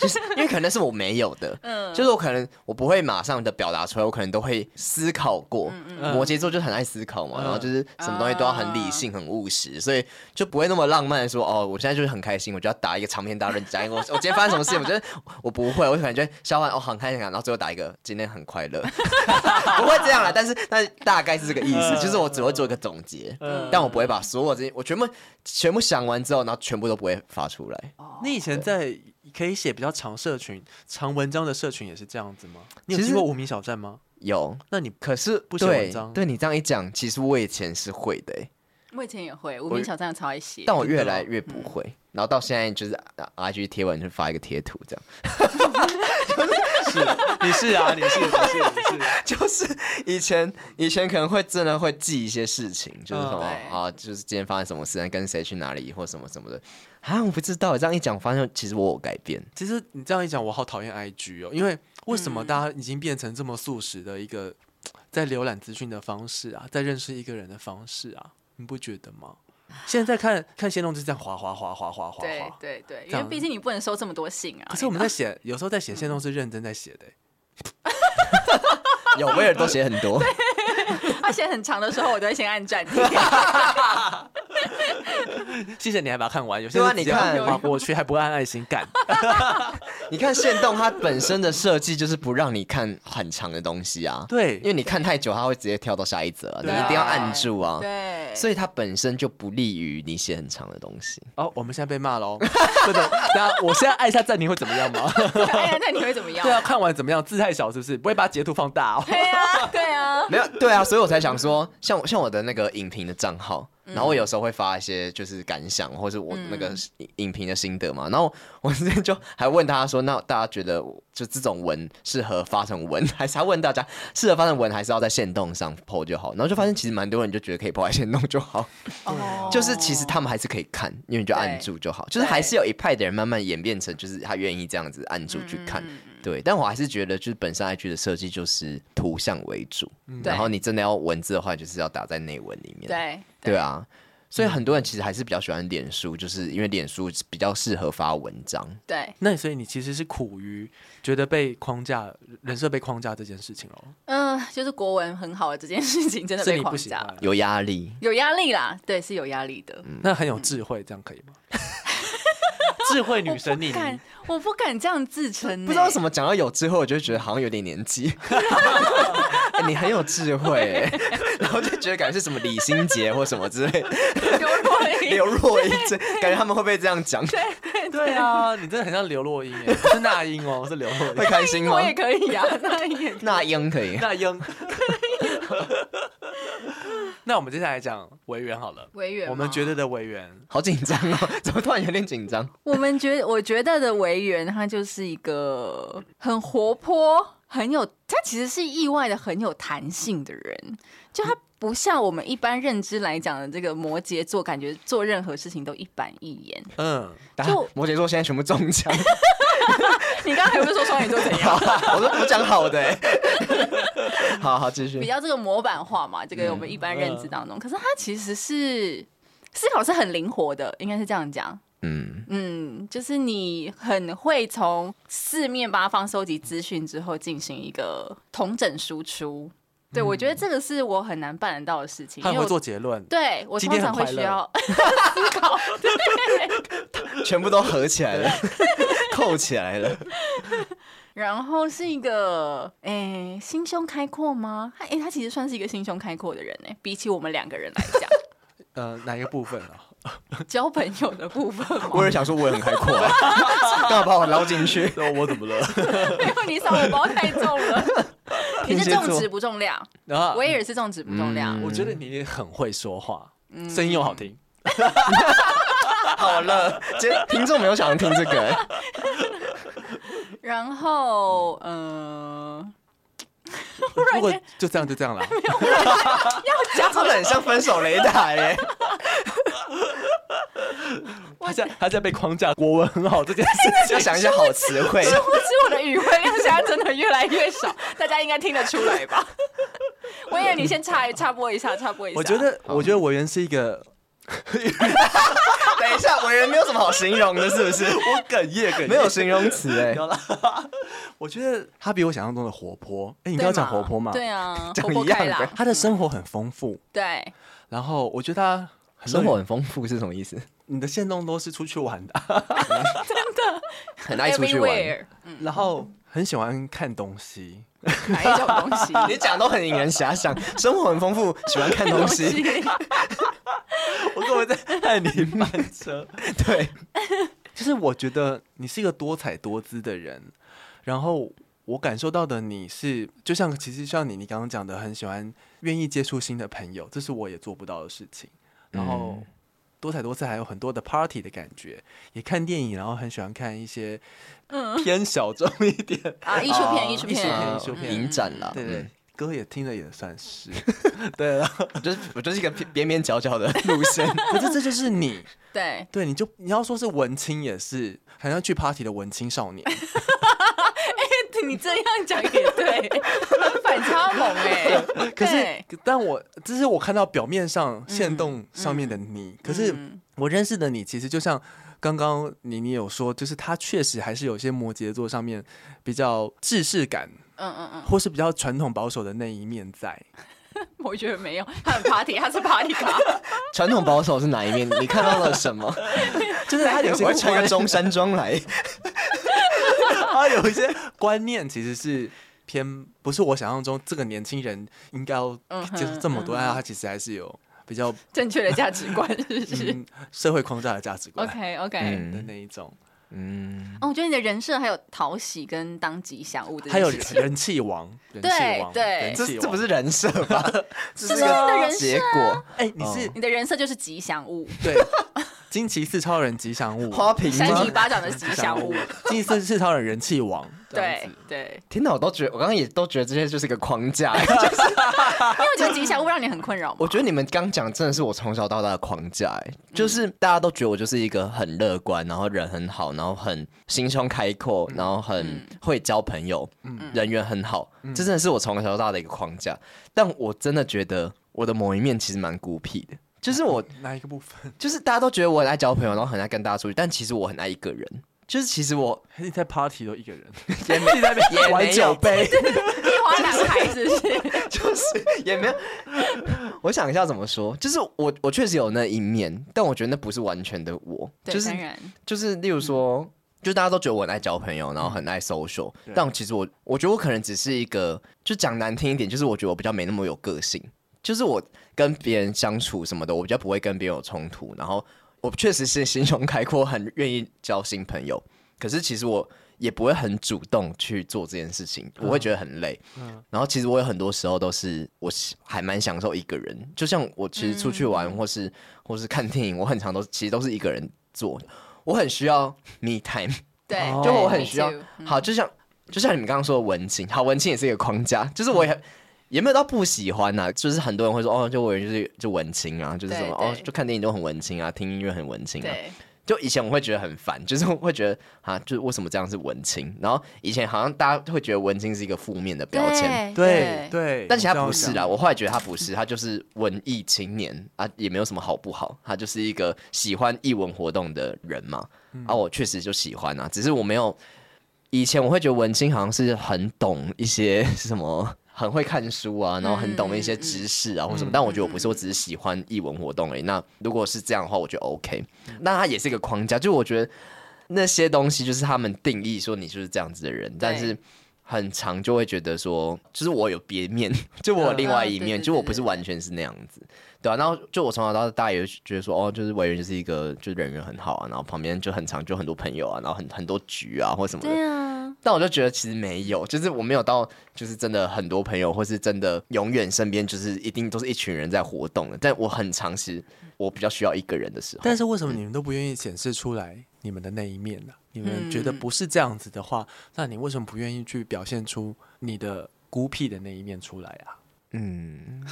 Speaker 1: 就是因为可能是我没有
Speaker 3: (laughs)
Speaker 1: 的，就是我可能我不会马上的表达出来，我可能都会思考过。
Speaker 3: 嗯
Speaker 1: 摩羯座就很爱思考嘛，
Speaker 3: 嗯
Speaker 1: 然后就是什么东西都要很理
Speaker 3: 啊
Speaker 1: 性、很务实，所以就不会那么浪漫地说哦，我现在就是很开心，我就要打一个长篇大论，讲一个我我今天发生什么事情，我觉得我不会，我可能就会消化哦很开心啊，然后最后打一个今天很快乐， (laughs) 不会这样啦，但是但是大概是这个意思，
Speaker 3: 嗯
Speaker 1: 就是我只会做一个总结，
Speaker 3: 嗯
Speaker 1: 但我不会把所有这些我全部全部想完之后，然后全部都不会发出来。
Speaker 3: 你以前在可以写比较长社群、长文章的社群也是这样子吗？你有
Speaker 1: 其实
Speaker 3: 经过无名小站吗？
Speaker 1: 有，
Speaker 3: 那你
Speaker 1: 可是
Speaker 3: 不写
Speaker 1: 对
Speaker 3: 文章
Speaker 1: 对你这样一讲，其实我以前是会的欸、
Speaker 4: 我以前也会，无名小站超爱写。
Speaker 1: 但我越来越不会。然后到现在就是啊 IG 贴文就发一个贴图，这样 (laughs)
Speaker 3: 是 (laughs) 你是啊，你是你
Speaker 1: (laughs)
Speaker 3: 是你是，
Speaker 1: 就是以前以前可能会真的会记一些事情，
Speaker 3: 哦
Speaker 1: 就是什么、
Speaker 4: 嗯
Speaker 1: 啊，就是今天发生什么事，跟谁去哪里或什么什么的啊，我不知道。这样一讲，发现其实我有改
Speaker 3: (laughs)
Speaker 1: 变，
Speaker 3: 其实你这样一讲，我好讨厌 IG 哦，因为为什
Speaker 1: 嗯
Speaker 3: 么大家已经变成这么速食的一个在浏览资讯的方式啊，在认识一个人的方式啊，你不觉得吗？现在看 (laughs) 看线动就是这样滑滑滑滑滑滑
Speaker 4: 对
Speaker 3: 滑，
Speaker 4: 对对，
Speaker 3: 这
Speaker 4: 因为
Speaker 3: 样
Speaker 4: 毕竟你不能收这么多信啊。
Speaker 1: (laughs)
Speaker 3: 可是我们在写，有时候在
Speaker 1: 嗯
Speaker 3: 写线动是认真在写的欸、
Speaker 1: 有威尔都写很多， (laughs)
Speaker 4: 他写很长的时候，我都会先按暂停。
Speaker 3: 谢谢你还把它看完，有些
Speaker 1: 对啊
Speaker 3: 人直接
Speaker 1: 你看
Speaker 3: 划过去还不按爱心干，
Speaker 1: 你看线动它本身的设计就是不让你看很长的东西啊，
Speaker 3: 对
Speaker 1: 因，为你看太久，它会直接跳到下一则啊、你
Speaker 3: 对
Speaker 1: 一定要按住啊。
Speaker 4: 对，
Speaker 1: 所以它本身就不利于你写很长的东西。
Speaker 3: 哦， (laughs) 我们现在被骂喽，对的，大家我现在按一下暂停会怎么样
Speaker 4: (laughs)
Speaker 3: 吗？
Speaker 4: 哎呀，那你会怎么样？
Speaker 3: 对啊，看完怎么样？字太小是不是？不会把截图放大哦。 (laughs)
Speaker 4: 对啊，对啊。
Speaker 1: (laughs) 没有，对啊，所以我才想说，像我像我的那个影评的账号，
Speaker 3: 嗯
Speaker 1: 然后我有时候会发一些就是感想，或是我那个影影评的心得嘛。然后我之前就还问他说，那大家觉得就这种文适合发成文，还是他问大家适合发成文，还是要在线动上 PO 就好？然后就发现其实蛮多人就觉得可以 PO 在线动就好，
Speaker 4: 哦
Speaker 1: 就是其实他们还是可以看，因为你就按住就好，就是还是有一派的人慢慢演变成就是他愿意这样子按住去看。对，但我还是觉得，就是本身 IG 的设计就是图像为主，
Speaker 4: 对
Speaker 1: 然后你真的要文字的话，就是要打在内文里面。
Speaker 4: 对
Speaker 1: 对啊，所以很多人其实还是比较喜欢脸书，就是因为脸书比较适合发文章。
Speaker 4: 对，
Speaker 3: 那所以你其实是苦于觉得被框架人设被框架这件事情哦，
Speaker 4: 嗯，就是国文很好的这件事情，真的
Speaker 3: 是
Speaker 4: 被
Speaker 3: 你
Speaker 4: 框
Speaker 3: 不喜
Speaker 4: 架
Speaker 3: 欢
Speaker 4: 了，，
Speaker 1: 有压力，嗯
Speaker 4: 嗯有压力啦，对，是有压力的。 (laughs)
Speaker 3: 那很有智慧，这样可以吗？智慧女
Speaker 4: 我
Speaker 3: 神
Speaker 4: 不
Speaker 3: 你
Speaker 4: 敢，我不敢这样自称、欸
Speaker 1: 不知道为什么讲到有智慧，我就会觉得好像有点年 (laughs) 纪。欸你很有智慧 (laughs) 欸，然后就觉得感觉是什么李心洁或什么之类，
Speaker 4: 么
Speaker 1: (laughs) 刘若英之，感觉他们会不会这样讲？
Speaker 3: 对啊，你真的很像刘若英
Speaker 4: (laughs)
Speaker 3: 哎，不是那英哦，是刘若
Speaker 1: 会
Speaker 3: 英。
Speaker 1: 开心吗
Speaker 4: 我？也可以啊，那 (laughs) 也
Speaker 1: 那英可以，
Speaker 4: (laughs)
Speaker 3: 那英。那我们接下来讲委员好了，
Speaker 4: 委员
Speaker 3: 我们觉得的委员，
Speaker 1: 好紧张哦， (laughs) 怎么突然有点紧张？
Speaker 4: 我们觉我觉得的维园，他就是一个很活泼、很有，他其实是意外的很有弹性的人，就他不像我们一般认知来讲的这个摩羯座，感觉做任何事情都一板一眼。
Speaker 3: 嗯，
Speaker 1: 大家摩羯座现在全部中
Speaker 4: (laughs)
Speaker 1: 奖，
Speaker 4: 你刚才不是说双鱼座怎样？
Speaker 1: (laughs) 我说我讲好的欸， (laughs) 好好继
Speaker 4: 比
Speaker 1: 续。
Speaker 4: 较这个模板化嘛，这个我们一般认知当中，可是他其实是思考是很灵活的，应该是这样讲。
Speaker 1: 嗯，
Speaker 4: 嗯，就是你很会从四面八方收集资讯之后，进行一个同整输出。对，我觉得这个是我很难办得到的事情，
Speaker 3: 嗯他
Speaker 4: 因
Speaker 3: 很
Speaker 4: 为
Speaker 3: 会
Speaker 4: 我
Speaker 3: 做结论，
Speaker 4: 对我
Speaker 3: 今
Speaker 4: 通
Speaker 3: 天很
Speaker 4: 常会
Speaker 3: 快
Speaker 4: 需
Speaker 3: 乐
Speaker 4: 要 (laughs) 思考。对，
Speaker 1: 全部都合起来
Speaker 4: (laughs)
Speaker 1: 了，扣起来了。
Speaker 4: 然后是一个诶、心胸开阔吗？他诶、他其实算是一个心胸开阔的人诶、比起我们两个人来讲， (laughs)
Speaker 3: 呃，哪一个部分啊？
Speaker 4: 交朋友的部分嘛，
Speaker 1: 我也想说，我也很开阔
Speaker 4: (laughs)
Speaker 1: 啊，干嘛把我捞进去？
Speaker 3: 那我怎么了？
Speaker 4: 因为你少我包太重
Speaker 3: (laughs)
Speaker 4: 了，你
Speaker 1: 天
Speaker 4: 是
Speaker 1: 蝎
Speaker 4: 重
Speaker 1: 座
Speaker 4: 质不重量，
Speaker 3: (laughs) 然后
Speaker 4: 我也是重质不重量。
Speaker 1: 嗯
Speaker 3: 我觉得你很会说话，声音又好听。
Speaker 1: 好了，今天听众没有想要听这个欸、
Speaker 4: 然后，嗯、
Speaker 3: 如果就这样就这样啦。
Speaker 1: 他真的很像分手欸雷达
Speaker 4: (laughs)
Speaker 1: 耶、
Speaker 3: 他在他在被框架，国文很好这件事
Speaker 1: (laughs)
Speaker 3: 情。
Speaker 1: 要想一些好词汇
Speaker 4: 其。实 (laughs) 我的语汇量现在真的越来越少，大家应该听得出来 (laughs) 吧？我以为你先插插播一下，插播一下。
Speaker 3: 我觉得，我觉得委员是一个，
Speaker 1: 等一下，委员没有什么好形容的，是不是？
Speaker 3: (laughs) 我哽
Speaker 1: (laughs)
Speaker 3: 咽哽咽
Speaker 1: 没有形容词
Speaker 3: (laughs)
Speaker 1: (laughs) 哎、
Speaker 3: 有啦。我觉得他比我想象中的活泼。哎，你刚刚讲活泼嘛？
Speaker 4: 对啊，
Speaker 1: 讲
Speaker 4: 活泼
Speaker 1: 一样
Speaker 4: 开
Speaker 1: 的
Speaker 4: 朗。
Speaker 3: 他的生活很丰富，
Speaker 4: 对，
Speaker 3: 然后我觉得他很乐
Speaker 1: 生
Speaker 3: 于
Speaker 1: 活很丰富是什么 (laughs) 意思？
Speaker 3: 你的线动都是出去玩的，
Speaker 1: 很爱出去玩。
Speaker 4: everywhere，
Speaker 3: 然后很喜欢看东西，
Speaker 4: 哪一种东西？
Speaker 1: 你讲都很引人遐想，生活很丰富，喜欢看东 (laughs) 西，
Speaker 3: 我根本在害你翻车。
Speaker 1: 对，
Speaker 3: 就是我觉得你是一个多彩多姿的人，然后我感受到的你是，就像其实像你你刚刚讲的，很喜欢愿意接触新的朋友，这是我也做不到的事情。然后
Speaker 1: 嗯
Speaker 3: 多彩多姿，还有很多的 party 的感觉，也看电影，然后很喜欢看一些偏小众一点，
Speaker 4: 啊，艺术片，艺术
Speaker 3: 艺术
Speaker 4: 片
Speaker 3: 片。
Speaker 1: 啊
Speaker 3: 艺术片
Speaker 1: 影展啦，
Speaker 3: 对对
Speaker 1: 嗯，
Speaker 3: 歌也听的也算是，对啊。
Speaker 1: 我就是我就是一个边边角角的路线，
Speaker 3: 可是这就是你，
Speaker 4: 对，
Speaker 3: 对，你就你要说是文青也是，好像去 party 的文青少年。
Speaker 4: (laughs) 你这样讲也对，反差萌哎。
Speaker 3: 可是
Speaker 4: 对，
Speaker 3: 但我这是我看到表面上线动上面的你，可是
Speaker 4: 嗯
Speaker 3: 我认识的你，其实就像刚刚你你有说，就是他确实还是有些摩羯座上面比较制式感，
Speaker 4: 嗯嗯嗯，
Speaker 3: 或是比较传统保守的那一面
Speaker 4: (laughs)
Speaker 3: 在。
Speaker 4: 我觉得没有，他很 party，他是 party 咖。
Speaker 1: (laughs) 传统保守是哪一面？你看到了什 (laughs) 么？
Speaker 3: 就是他有
Speaker 1: 我
Speaker 3: 些
Speaker 1: 会穿
Speaker 3: 观
Speaker 1: 个中山装来，
Speaker 3: 他有一些观念其实是偏不是我想象中这个年轻人应该要
Speaker 4: 嗯哼
Speaker 3: 接受这么多，
Speaker 4: 嗯哼
Speaker 3: 但他其实还是有比较
Speaker 4: 正确的价值观是不 (laughs) 是、
Speaker 3: 嗯社会框架的价值观
Speaker 4: o k OK，、
Speaker 1: 嗯
Speaker 3: 的那一种，
Speaker 1: 嗯，
Speaker 4: 哦，我觉得你的人设还有讨喜跟当吉祥物这
Speaker 3: 还
Speaker 4: 件
Speaker 3: 有
Speaker 4: 事情，
Speaker 3: 人
Speaker 4: (laughs)
Speaker 3: 气王，人气
Speaker 4: 对
Speaker 3: 王，
Speaker 4: 对
Speaker 3: 人
Speaker 1: 这
Speaker 3: 气王
Speaker 1: 这不是人设 (laughs) 吧？哎这是
Speaker 4: 是啊你的
Speaker 1: 个
Speaker 4: 人设啊
Speaker 1: 结果。
Speaker 3: 哎，你
Speaker 1: 哦
Speaker 3: 是
Speaker 4: 你的人设就是吉祥物，
Speaker 3: 对惊奇四超人吉祥物，
Speaker 1: 花瓶
Speaker 4: 扇
Speaker 1: 吗
Speaker 4: 你一？巴掌的吉祥物。，
Speaker 3: 惊奇四四超人人
Speaker 1: (laughs)
Speaker 3: 气王，这样
Speaker 4: 对
Speaker 3: 子
Speaker 4: 对，
Speaker 1: 天哪，我都觉得，我刚刚也都觉得这些就是个框架。
Speaker 4: 因为我觉得吉祥物让你很困扰嘛。
Speaker 1: 我觉得你们刚讲真的是我从小到大的框架、欸，就是大家都觉得我就是一个很乐观，然后人很好，然后很心胸开阔，然后很
Speaker 4: 嗯
Speaker 1: 会交朋友，人缘很好，这真的是我从小到大的一个框架。但我真的觉得我的某一面其实蛮孤僻的，就是我 (laughs)
Speaker 3: 哪一个部分？
Speaker 1: 就是大家都觉得我很爱交朋友，然后很爱跟大家出去，但其实我很爱一个人。就是其实我
Speaker 3: 还是你在 party 都一个人，
Speaker 1: (laughs)
Speaker 4: 哎
Speaker 1: 也没在也
Speaker 3: 玩
Speaker 1: 没
Speaker 3: 酒
Speaker 1: 有
Speaker 3: 杯，
Speaker 4: 你花两个孩子是？
Speaker 1: 就是也没有。我想一下怎么说，就是我我确实有那一面，但我觉得那不是完全的我，就
Speaker 4: 对，
Speaker 1: 是
Speaker 4: 当然，
Speaker 1: 就是例如说，就是大家都觉得我很爱交朋友，然后很爱 social，、
Speaker 3: 嗯对
Speaker 1: 但其实我我觉得我可能只是一个，就讲难听一点，就是我觉得我比较没那么有个性，就是我跟别人相处什么的，我比较不会跟别人有冲突，然后我确实是心胸开阔，很愿意交新朋友，可是其实我。也不会很主动去做这件事情，我会觉得很累。
Speaker 3: 嗯
Speaker 1: 然后其实我有很多时候都是我喜还蛮享受一个人，就像我其实出去
Speaker 3: 嗯
Speaker 1: 玩、或是或是看电影，我很常都其实都是一个人做，我很需要 me time。
Speaker 4: 对
Speaker 3: 哦，
Speaker 1: 就
Speaker 4: 对
Speaker 1: 我很
Speaker 4: me
Speaker 1: 需要
Speaker 4: too，嗯
Speaker 1: 好，就像就像你们刚刚说的文青，好，文青也是一个框架，就是我
Speaker 4: 嗯
Speaker 1: 也也没有到不喜欢呐、就是很多人会说哦，就我就是就文青啊，就是什么
Speaker 4: 对
Speaker 1: 哦
Speaker 4: 对，
Speaker 1: 就看电影都很文青啊，听音乐很文青啊。
Speaker 4: 对，
Speaker 1: 就以前我会觉得很烦，就是我会觉得啊，就是为什么这样是文青？然后以前好像大家会觉得文青是一个负面的标签。
Speaker 3: 对对，
Speaker 1: 但其实
Speaker 3: 我
Speaker 1: 他
Speaker 3: 知道
Speaker 1: 不是啦，，啊我后来觉得他不是，他就是文艺青年啊，也没有什么好不好，他就是一个喜欢艺文活动的人嘛。啊，我确实就喜欢啊，只是我没有以前我会觉得文青好像是很懂一些 (laughs) 什么。很会看书啊，然后很懂一些知识啊，或什么，但我觉得我不是，我只是喜欢译文活动而已。那如果是这样的话，我觉得 OK。那它也是一个框架，就我觉得那些东西就是他们定义说你就是这样子的人，但是很常就会觉得说，就是我有别
Speaker 4: (laughs)
Speaker 1: 面，就我有另外一
Speaker 4: 嗯对
Speaker 1: 面，
Speaker 4: 对
Speaker 1: 就我
Speaker 4: 对
Speaker 1: 不是
Speaker 4: 对
Speaker 1: 完全是那样子，对啊。然后就我从小到大也觉得说，哦，就是委员就是一个就人缘很好啊，然后旁边就很常就很多朋友啊，然后很很多局啊或什么的，
Speaker 4: 对啊，
Speaker 1: 但我就觉得其实没有，就是我没有到就是真的很多朋友，或是真的永远身边就是一定都是一群人在活动的。但我很常是，我比较需要一个人的时候。
Speaker 3: 但是为什么你们都不愿意显示出来你们的那一面呢、你们觉得
Speaker 1: 嗯
Speaker 3: 不是这样子的话，那你为什么不愿意去表现出你的孤僻的那一面出来啊？
Speaker 1: 嗯，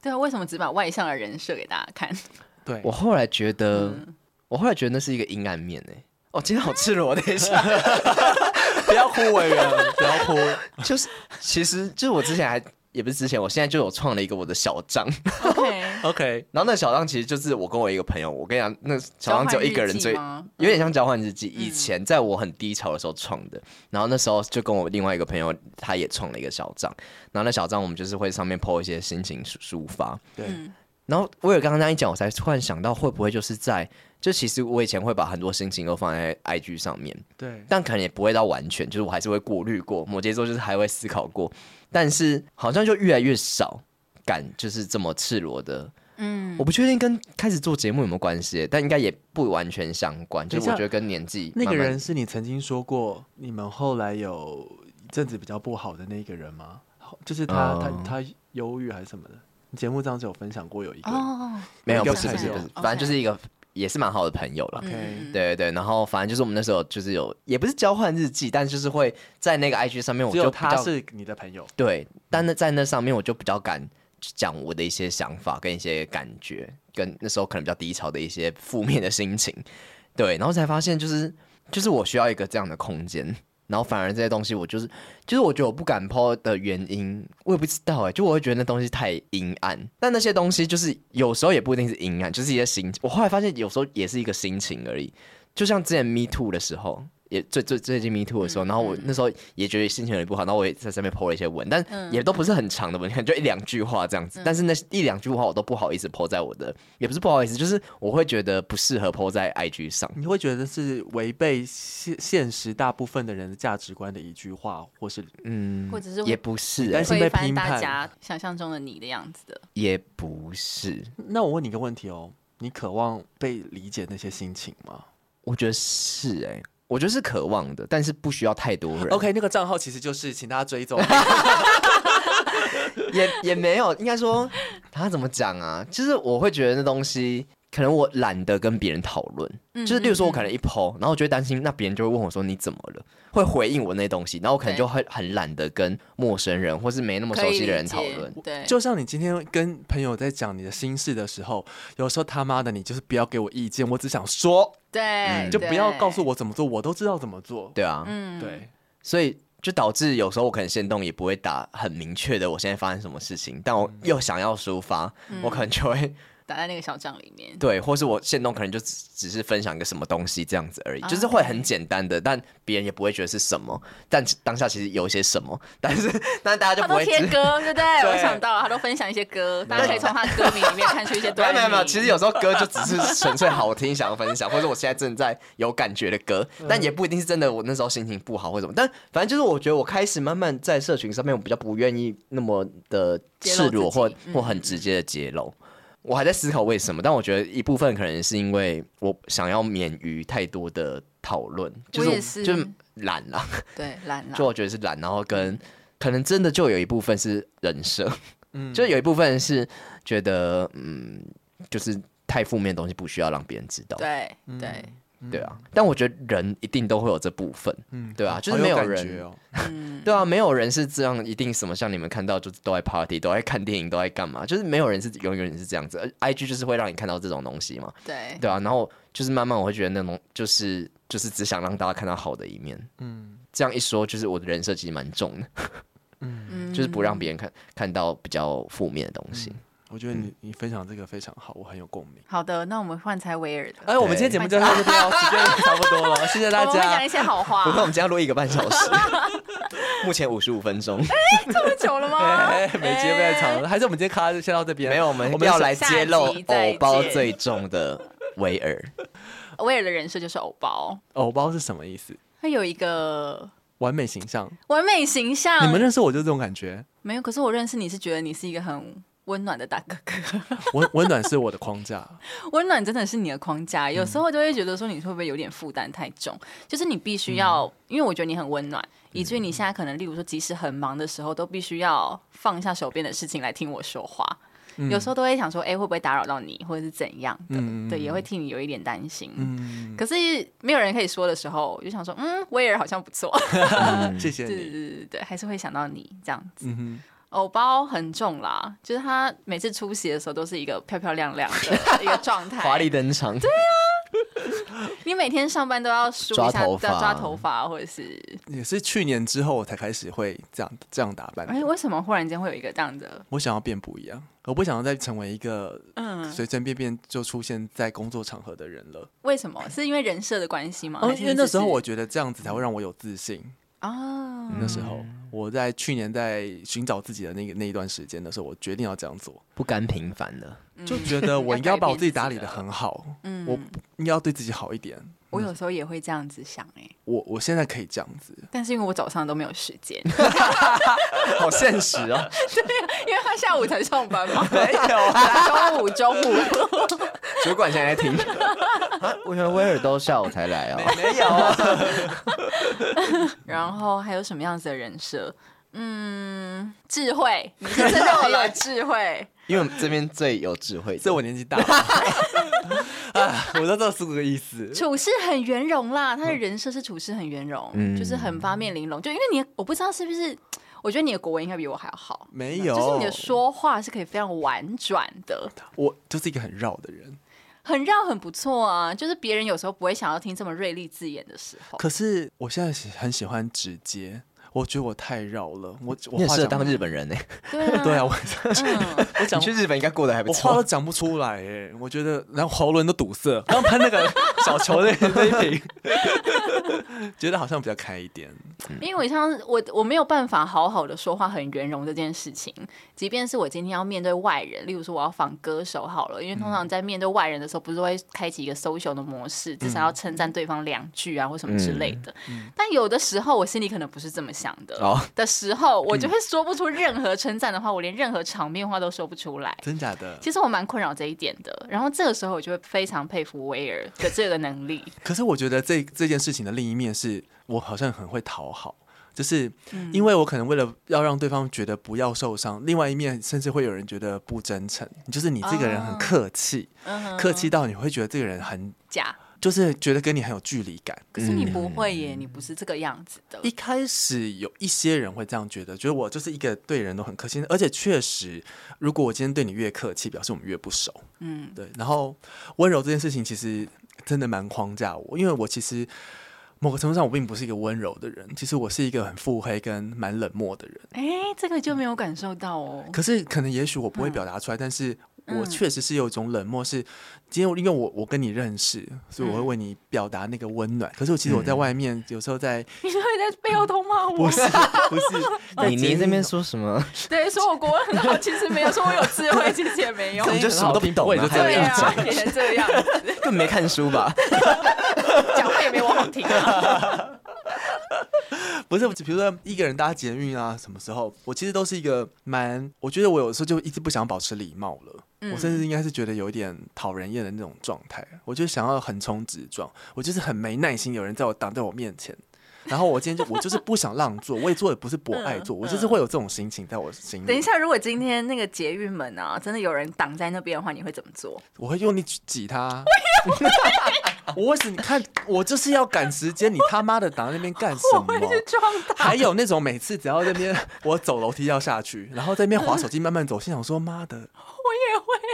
Speaker 4: 对啊，为什么只把外向的人设给大家
Speaker 1: (laughs)
Speaker 4: 看？
Speaker 3: 对
Speaker 1: 我，后来觉得，
Speaker 3: 嗯
Speaker 1: 我后来觉得那是一个阴暗面诶、哦，今天好赤裸，等一下，
Speaker 3: (laughs) 不要哭，委员，不要哭。
Speaker 1: 就是其实就是我之前还也不是之前，我现在就有创了一个我的小账，
Speaker 4: (laughs) OK，
Speaker 3: OK，
Speaker 1: 然后那小账其实就是我跟我一个朋友，我跟你讲，那小账只有一个人最
Speaker 4: 交换日记吗
Speaker 1: 有点像交换日记。
Speaker 3: 嗯
Speaker 1: 以前在我很低潮的时候创的，然后那时候就跟我另外一个朋友，他也创了一个小账，然后那小账我们就是会上面 po 一些心情抒抒发。
Speaker 3: 对，
Speaker 4: 嗯
Speaker 1: 然后威尔刚刚那样一讲，我才突然想到，会不会就是在就其实我以前会把很多心情都放在 IG 上面，
Speaker 3: 对，
Speaker 1: 但可能也不会到完全，就是我还是会过滤过，摩羯座就是还会思考过，但是好像就越来越少敢就是这么赤裸的
Speaker 4: 嗯，
Speaker 1: 我不确定跟开始做节目有没有关系，但应该也不完全相关。就
Speaker 3: 等一
Speaker 1: 是
Speaker 3: 下
Speaker 1: 我觉得跟年纪
Speaker 3: 那个
Speaker 1: 慢慢
Speaker 3: 人，是你曾经说过你们后来有一阵子比较不好的那个人吗？就是他，
Speaker 1: 哦
Speaker 3: 他，他忧郁还是什么的？节目上次有分享过有一个人。
Speaker 4: 哦，
Speaker 1: 没有，
Speaker 3: 应该
Speaker 1: 不是
Speaker 3: 不
Speaker 1: 不
Speaker 3: 太
Speaker 1: 是
Speaker 3: 有
Speaker 1: 不是，
Speaker 4: OK
Speaker 1: 反正就是一个也是蛮好的朋友了。
Speaker 3: OK
Speaker 4: 嗯
Speaker 1: 对对对，然后反正就是我们那时候就是有，也不是交换日记，但就是会在那个 IG 上
Speaker 4: 嗯
Speaker 1: 面，我
Speaker 3: 只
Speaker 1: 就
Speaker 3: 有
Speaker 1: 比
Speaker 3: 他
Speaker 1: 较
Speaker 3: 是你的朋友，
Speaker 1: 对，但那在那上面我就比较敢讲我的一些想法跟一些感觉，跟那时候可能比较低潮的一些负面的心情，对，然后才发现就是就是我需要一个这样的空间，然后反而这些东西我就是就是我觉得我不敢抛的原因，我也不知道哎、就我会觉得那东西太阴暗，但那些东西就是有时候也不一定是阴暗，就是一些心，我后来发现有时候也是一个心情而已，就像之前 Me Too 的时候，也最最最近 Me Too 的时候，然后我那时候也觉得心情有点不好，然后我也在上面 po 了一些文，但也都不是很长的文，可能就一两句话这样子。但是那一两句话我都不好意思 po 在我的，也不是不好意思，就是我会觉得不适合 po 在 IG 上。
Speaker 3: 你会觉得是违背现现实大部分的人的价值观的一句话，或是
Speaker 1: 嗯，
Speaker 4: 或者是
Speaker 1: 也不是、欸，
Speaker 3: 担心
Speaker 4: 推
Speaker 3: 被
Speaker 4: 翻
Speaker 3: 评
Speaker 4: 大
Speaker 3: 判
Speaker 4: 家想象中的你的样子的。
Speaker 1: 也不是，
Speaker 3: 那我问你一个问题哦，你渴望被理解那些心情吗
Speaker 1: 我觉得是哎、我觉得是渴望的，但是不需要太多人。
Speaker 3: ？OK，那个账号其实就是请大家追踪。
Speaker 1: (laughs) 也也没有，应该说他怎么讲啊？就是我会觉得那东西，可能我懒得跟别人讨论。
Speaker 4: 嗯
Speaker 1: 就是例如说，我可能一抛，然后我就会担心，那别人就会问我说你怎么了，会回应我那东西，然后我可能
Speaker 4: 对
Speaker 1: 就会很懒得跟陌生人或是没那么
Speaker 4: 可
Speaker 1: 熟
Speaker 4: 以
Speaker 1: 悉的
Speaker 4: 理
Speaker 1: 人讨
Speaker 4: 解
Speaker 1: 论。
Speaker 4: 对，
Speaker 3: 就像你今天跟朋友在讲你的心事的时候，有时候他妈的你就是不要给我意见，我只想说，
Speaker 4: 对，
Speaker 3: 就不要告诉
Speaker 4: 我。
Speaker 3: 我怎么做，我都知道怎么做。
Speaker 1: 对啊，
Speaker 4: 嗯，
Speaker 3: 对，
Speaker 1: 所以就导致有时候我可能行动也
Speaker 4: 嗯
Speaker 1: 不会打很明确的，我现在发生什么事情，但我又想要抒发，我可能就会
Speaker 4: 打在那个小账里面。
Speaker 1: 对，或是我现动可能就只只是分享一个什么东西这样子而已，
Speaker 4: 啊
Speaker 1: 就是会很简单的，但别人也不会觉得是什么，但当下其实有一些什么，但是但大家就
Speaker 4: 他
Speaker 1: 不
Speaker 4: 都
Speaker 1: 会
Speaker 4: 贴
Speaker 1: 知。
Speaker 4: 歌，对
Speaker 1: (laughs)
Speaker 4: 不对？
Speaker 1: 对
Speaker 4: 我想到了，他都分享一些歌，大家可以从他歌名里面看出一些
Speaker 1: (laughs) 没有
Speaker 4: 端倪。
Speaker 1: 没有没有，其实有时候歌就只是纯粹好听，想要分享，或者我现在正在有感觉的歌，
Speaker 4: 嗯
Speaker 1: 但也不一定是真的。我那时候心情不好或什么，但反正就是我觉得我开始慢慢在社群上面，我比较不愿意那么的
Speaker 4: 揭
Speaker 1: 赤
Speaker 4: 露
Speaker 1: 裸或
Speaker 4: 自己嗯
Speaker 1: 或很直接的揭露。我还在思考为什么，但我觉得一部分可能是因为我想要免于太多的讨论，就是
Speaker 4: 我也是
Speaker 1: 就是懒啦，
Speaker 4: 对懒
Speaker 3: 啊
Speaker 4: 了
Speaker 1: 就，我觉得是懒，然后跟可能真的就有一部分是人设，(laughs)
Speaker 3: 嗯
Speaker 1: 就有一部分是觉得，嗯，就是太负面的东西不需要让别人知道，
Speaker 4: 对
Speaker 1: 嗯
Speaker 4: 对，
Speaker 1: 对啊。但我觉得人一定都会有这部分，
Speaker 3: 嗯
Speaker 1: 对啊
Speaker 3: 好
Speaker 1: 就是没有
Speaker 3: 好有感
Speaker 1: 人
Speaker 3: 觉哦，
Speaker 4: 嗯，
Speaker 1: 对啊，没有人是这样，一定什么像你们看到就是都在 party，都在看电影，都在干嘛，就是没有人是永远是这样子。而 IG 就是会让你看到这种东西嘛，
Speaker 4: 对
Speaker 1: 对啊。然后就是慢慢我会觉得那种就是就是只想让大家看到好的一面，
Speaker 3: 嗯，
Speaker 1: 这样一说就是我的人设其实蛮重的，
Speaker 4: 嗯
Speaker 1: 就是不让别人看看到比较负面的东西。
Speaker 3: 我觉得你你分享这个非常好，我很有共鸣。
Speaker 4: 好的，那我们换才维尔的，
Speaker 3: 哎，我们今天节目就到
Speaker 1: (laughs)
Speaker 3: 这边哦，时间也差不多 (laughs) 了，谢谢大
Speaker 4: 我们会
Speaker 3: 家
Speaker 4: 讲一。些好话
Speaker 1: 不。
Speaker 4: (laughs)
Speaker 1: 过我们今天要录一个半小时， (laughs) 目前五十五分
Speaker 3: (laughs)
Speaker 1: 钟，
Speaker 4: 这么久了吗？
Speaker 3: 哎，每集都在长，还是我们今天卡先到这边。
Speaker 1: 没有，我们
Speaker 3: 我们
Speaker 1: (laughs) 要来
Speaker 4: 下
Speaker 1: 揭露
Speaker 4: 集再
Speaker 1: 偶包
Speaker 4: 见
Speaker 1: 最重的维尔。
Speaker 4: 威尔的人设就是偶包，
Speaker 3: 偶包是什么意思？
Speaker 4: 他有一个
Speaker 3: 完美形象，
Speaker 4: 完美形象。
Speaker 3: 你们认识我就这种感觉。
Speaker 4: 没有？可是我认识你是觉得你是一个很温暖的大哥哥，
Speaker 3: 温温暖是我的框架，
Speaker 4: 温暖真的是你的框架。有
Speaker 3: 嗯
Speaker 4: 时候就会觉得说你会不会有点负担太重，就是你必
Speaker 3: 嗯
Speaker 4: 须要，因为我觉得你很温暖，以至于你现在可能，例如说即使很忙的时候，都必须要放下手边的事情来听我说话。有时候都会想说，哎、会不会打扰到你，或者是怎样的？
Speaker 3: 嗯嗯嗯
Speaker 4: 对，也会替你有一点担心。
Speaker 3: 嗯，
Speaker 4: 可是没有人可以说的时候，就想说，嗯，威尔好像不错。
Speaker 3: 谢
Speaker 4: (laughs)
Speaker 3: 谢
Speaker 4: 对对
Speaker 3: 你，
Speaker 4: 对对对，还是会想到你这样子。
Speaker 3: 嗯
Speaker 4: 偶包很重啦，就是他每次出席的时候都是一个漂漂亮亮的 (laughs) 一个状态，
Speaker 1: 华丽。登场，
Speaker 4: 你每天上班都要梳一
Speaker 1: 抓
Speaker 4: 下
Speaker 1: 头
Speaker 4: 抓抓
Speaker 1: 发
Speaker 4: 头发，或者是
Speaker 3: 哼，也是去年之后我才开始会这样这样打扮的
Speaker 4: 哎，为什么忽然间会有一个这样的？
Speaker 3: 我想要变不一样，我不想要再成为一个
Speaker 4: 嗯，
Speaker 3: 随随便便就出现在工作场合的人了。
Speaker 4: 为什么？是因为人设的关系吗？
Speaker 3: 哦，
Speaker 4: 还是
Speaker 3: 因为那
Speaker 4: 只
Speaker 3: 时候
Speaker 4: 是
Speaker 3: 我觉得这样子才会让我有自信。
Speaker 4: 啊，
Speaker 3: 那时候我在去年在寻找自己的那个那一段时间的时候，我决定要这样
Speaker 4: (laughs)
Speaker 3: 做，
Speaker 1: 不甘平凡
Speaker 3: (laughs)
Speaker 1: 的。
Speaker 3: 就觉得我应该
Speaker 4: 要
Speaker 3: 要
Speaker 4: 改
Speaker 3: 把我
Speaker 4: 变
Speaker 3: 自己
Speaker 4: 自
Speaker 3: 打
Speaker 4: 己
Speaker 3: 理的
Speaker 4: 了
Speaker 3: 很好，
Speaker 4: 嗯
Speaker 3: 我应该要对自己好一点。
Speaker 4: 我有时候也会这样子想哎、
Speaker 3: 我我现在可以这样子，
Speaker 4: 但是因为我早上都没有时间， (laughs)
Speaker 1: 好现实哦！
Speaker 4: 因为他下午才上班
Speaker 3: (laughs)
Speaker 4: 嘛，
Speaker 1: 没有啊，
Speaker 4: 中午中午， (laughs)
Speaker 1: 主管现在在
Speaker 3: (laughs)
Speaker 1: 听。啊我觉得威尔都下午才来哦。
Speaker 3: 没有，
Speaker 4: 然后还有什么样子的人设？嗯，智慧，你是真的很有智慧。
Speaker 1: 因为我们这边最有智慧的，
Speaker 3: 这我年纪大了， (laughs) 哎，我都知道是这个意思。
Speaker 4: 处事很圆融啦，他的人设是处事很圆融，
Speaker 1: 嗯
Speaker 4: 就是很八面玲珑。就因为你，我不知道是不是，我觉得你的国文应该比我还要好，
Speaker 3: 没有，
Speaker 4: 就是你的说话是可以非常婉转的，
Speaker 3: 我就是一个很绕的人。
Speaker 4: 很绕，很不错啊。就是别人有时候不会想要听这么锐利字眼的时候，
Speaker 3: 可是我现在喜很喜欢直接，我觉得我太绕了，我
Speaker 1: 你
Speaker 3: 我
Speaker 1: 很
Speaker 3: 话
Speaker 1: 适合
Speaker 3: 讲
Speaker 1: 当日本人呢。
Speaker 4: 对啊， (laughs)
Speaker 3: 对啊，我
Speaker 4: 嗯，
Speaker 1: 我讲去日本应该过得还不
Speaker 3: 我话都
Speaker 1: 错。
Speaker 3: 讲不出来哎，我觉得然后喉咙都堵
Speaker 4: (laughs)
Speaker 3: 塞，刚喷那个小球那那一
Speaker 1: (laughs)
Speaker 3: 瓶，觉得好像比较开一点。
Speaker 4: 因为我像我我没有办法好好的说话很圆融这件事情，即便是我今天要面对外人，例如说我要访歌手好了，因为通常在面对外人的时候，不是会开启一个 social 的模式，至少要称赞对方两句啊或什么之类的。但有的时候我心里可能不是这么想的，
Speaker 1: 哦
Speaker 4: 的时候我就会说不出任何称赞的话，我连任何场面话都说不出来。
Speaker 3: 真假的？
Speaker 4: 其实我蛮困扰这一点的，然后这个时候我就会非常佩服威尔的这个能力。
Speaker 3: 可是我觉得这这件事情的另一面是，我好像很会讨好，就是
Speaker 4: 嗯
Speaker 3: 因为我可能为了要让对方觉得不要受伤，另外一面甚至会有人觉得不真诚，就是你这个人很
Speaker 4: 哦
Speaker 3: 客气，
Speaker 4: 嗯，
Speaker 3: 客气到你会觉得这个人很，
Speaker 4: 假。
Speaker 3: 就是觉得跟你很有距离感。嗯
Speaker 4: 可是你不会耶，你不是这个样子的。
Speaker 3: 一开始有一些人会这样觉得，觉得我就是一个对人都很客气，而且确实，如果我今天对你越客气，表示我们越不熟。
Speaker 4: 嗯
Speaker 3: 对，然后温柔这件事情其实真的蛮框架我，因为我其实某个程度上，我并不是一个温柔的人，其实我是一个很腹黑跟蛮冷漠的人。
Speaker 4: 哎、这个就没有感受到哦。
Speaker 3: 可是可能也许我不会表达出来，但是我确实是有一种冷漠是，今天我因为我我跟你认识，所以我会为你表达那个温暖。可是我其实我在外面、有时候在
Speaker 4: 你说你在背后偷骂我
Speaker 3: 嗯不？是不是 (laughs) 在
Speaker 1: 你
Speaker 3: 哦捷
Speaker 1: 你
Speaker 3: 运
Speaker 1: 这边说什么？
Speaker 4: 对，说我国文很好，其实没有说我有智慧，其实也没有
Speaker 1: 我。们就什么都不懂
Speaker 3: 我也
Speaker 1: 啊，
Speaker 3: 就
Speaker 1: 还有
Speaker 4: 对
Speaker 1: 硬
Speaker 4: 啊
Speaker 1: 讲，，
Speaker 4: 也能这样，
Speaker 1: 根本没看书吧？
Speaker 4: 讲话也没我好听
Speaker 1: (laughs)
Speaker 4: 啊。
Speaker 3: 不是，比如说一个人搭捷运啊，什么时候，我其实都是一个蛮，我觉得我有时候就一直不想保持礼貌了，
Speaker 4: 嗯
Speaker 3: 我甚至应该是觉得有一点讨人厌的那种状态，我就想要横冲直撞，我就是很没耐心，有人在我挡在我面前。然后我今天就我就是不想让座，我也做的不是不爱
Speaker 4: (laughs)
Speaker 3: 做，我就是会有这种心情在我心里。
Speaker 4: 嗯等一，下，如果今天那个捷运门啊，真的有人挡在那边的话，你会怎么做？
Speaker 3: 我会用力去挤他。 (laughs) 我为什么你看我就是要赶时间，你他妈的挡在那边干什么？
Speaker 4: 撞他。
Speaker 3: 还有那种每次只要那边我走楼梯要下去，然后在那边滑手机慢慢走，心想说妈
Speaker 1: (laughs)
Speaker 3: 的，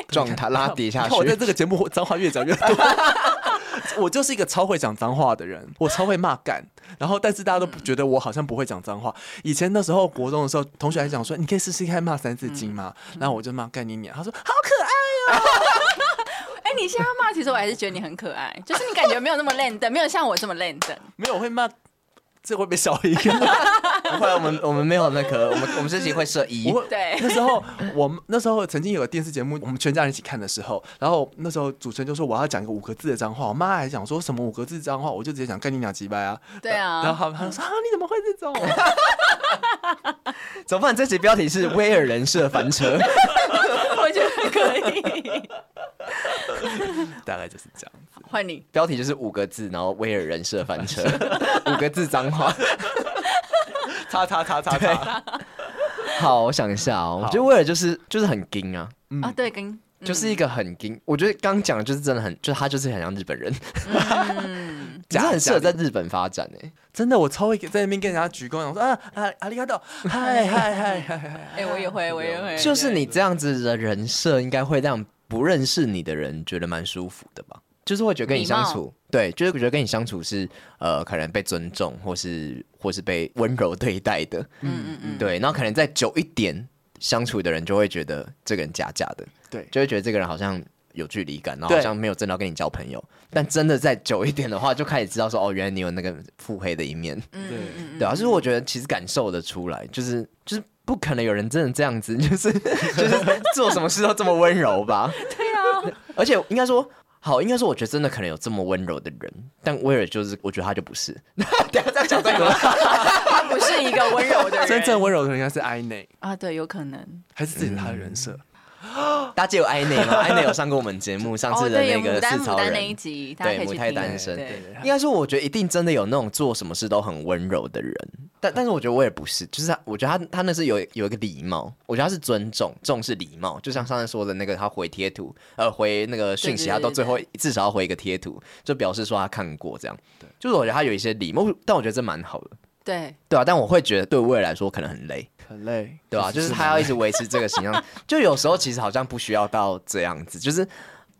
Speaker 1: 撞他拉啊跌下
Speaker 3: 你
Speaker 1: 去
Speaker 3: 看
Speaker 1: (laughs)
Speaker 3: 我，在这个节目脏话越讲越多。 (laughs) 我就是一个超会讲脏话的人，我超会骂干，然后但是大家都不觉得我好像不会讲脏话。以前那时候国中的时候，同学还讲说你可以试试看骂三字经吗？
Speaker 1: 嗯
Speaker 3: 然后我就骂干你娘，他说好可爱，
Speaker 4: 哎、你现在骂，其实我还是觉得你很可
Speaker 1: (laughs)
Speaker 4: 爱，就是你感觉没有那么烂的，没有像我这么烂的。
Speaker 3: 没有我会骂，这会被小一个。
Speaker 1: (laughs) 不会，我们我们没有那个，我们我们自己会设一
Speaker 3: 我。会
Speaker 4: 对
Speaker 3: (laughs) 那时候我们那时候曾经有个电视节目，我们全家人一起看的时候，然后那时候主持人就说我要讲一个五个字的脏话，我妈还讲说什么五个字脏话，我就直接讲干你娘鸡掰啊。
Speaker 4: 对啊
Speaker 3: 然后她她就说啊你怎么会这种？
Speaker 1: 怎么办？这集标题是威尔人设翻车。
Speaker 4: 我觉得可以。
Speaker 3: 大概就是这样。
Speaker 4: 换你，
Speaker 1: 标题就是五个字，然后威尔人设翻车，五个字脏话。
Speaker 3: 叉叉叉叉叉，
Speaker 1: 好，我想一下哦，我觉得威尔就是就是很硬啊，
Speaker 3: 嗯
Speaker 4: 啊，对，跟
Speaker 1: 就是一个很硬。我觉得刚讲的就是真的很，就是他就是很像日本人， (laughs) 真的很适合在日本发展欸诶、
Speaker 3: 真的我超会在那边跟人家鞠躬，我说啊啊阿里嘎多，嗨嗨嗨嗨嗨。
Speaker 4: 哎、我也会，我也会。
Speaker 1: 就是你这样子的人设，应该会让不认识你的人觉得蛮舒服的吧？就是会觉得跟你相
Speaker 4: 礼
Speaker 1: 处，对，就是觉得跟你相处是呃，可能被尊重，或是或是被温柔对待的，
Speaker 4: 嗯嗯嗯，
Speaker 1: 对。然后可能再久一点相处的人，就会觉得这个人假假的，
Speaker 3: 对
Speaker 1: 就会觉得这个人好像有距离感，然后
Speaker 3: 对
Speaker 1: 好像没有真的要跟你交朋友。但真的再久一点的话，就开始知道说，哦，原来你有那个腹黑的一面，
Speaker 4: 嗯嗯嗯
Speaker 1: 对啊。就是我觉得其实感受得出来，就是就是不可能有人真的这样子， (laughs) 就是就是做什么事都这么温柔吧？对啊，而且应该说。好，应该说，我觉得真的可能有这么温柔的人，但威尔就是，我觉得他就不是。等一下再讲这个，
Speaker 4: 他 (laughs) 不是一个温柔的人，
Speaker 3: 真正温柔的人应该是艾内，
Speaker 4: (laughs) 啊，对，有可能。
Speaker 3: 还是自己的他的人设。
Speaker 1: 大家记得有艾内吗？艾内有上过我们节目，上
Speaker 4: 哦，
Speaker 1: 次的
Speaker 4: 对，
Speaker 1: 那
Speaker 4: 有牡
Speaker 1: 个四
Speaker 4: 丹牡
Speaker 1: 超
Speaker 4: 丹
Speaker 1: 人
Speaker 4: 那一集，大家
Speaker 1: 对
Speaker 4: 可以去
Speaker 1: 母胎
Speaker 4: 听
Speaker 1: 单身
Speaker 4: 对，
Speaker 3: (laughs)
Speaker 1: 应该说，我觉得一定真的有那种做什么事都很温柔的人，但但是我觉得我也不是，就是他，我觉得他他那是有有一个礼貌，我觉得他是尊重，重视礼貌，就像上次说的那个，他回贴图，呃，回那个讯息，
Speaker 4: 对对对
Speaker 1: 他到最后至少要回一个贴图，就表示说他看过这样，就是我觉得他有一些礼貌，但我觉得这蛮好的，
Speaker 4: 对，
Speaker 1: 对啊，但我会觉得对威尔来说可能很累，
Speaker 3: 很累，
Speaker 1: 对吧、就是他要一直维持这个形象，就有时候其实好像不需要到这样子，就是。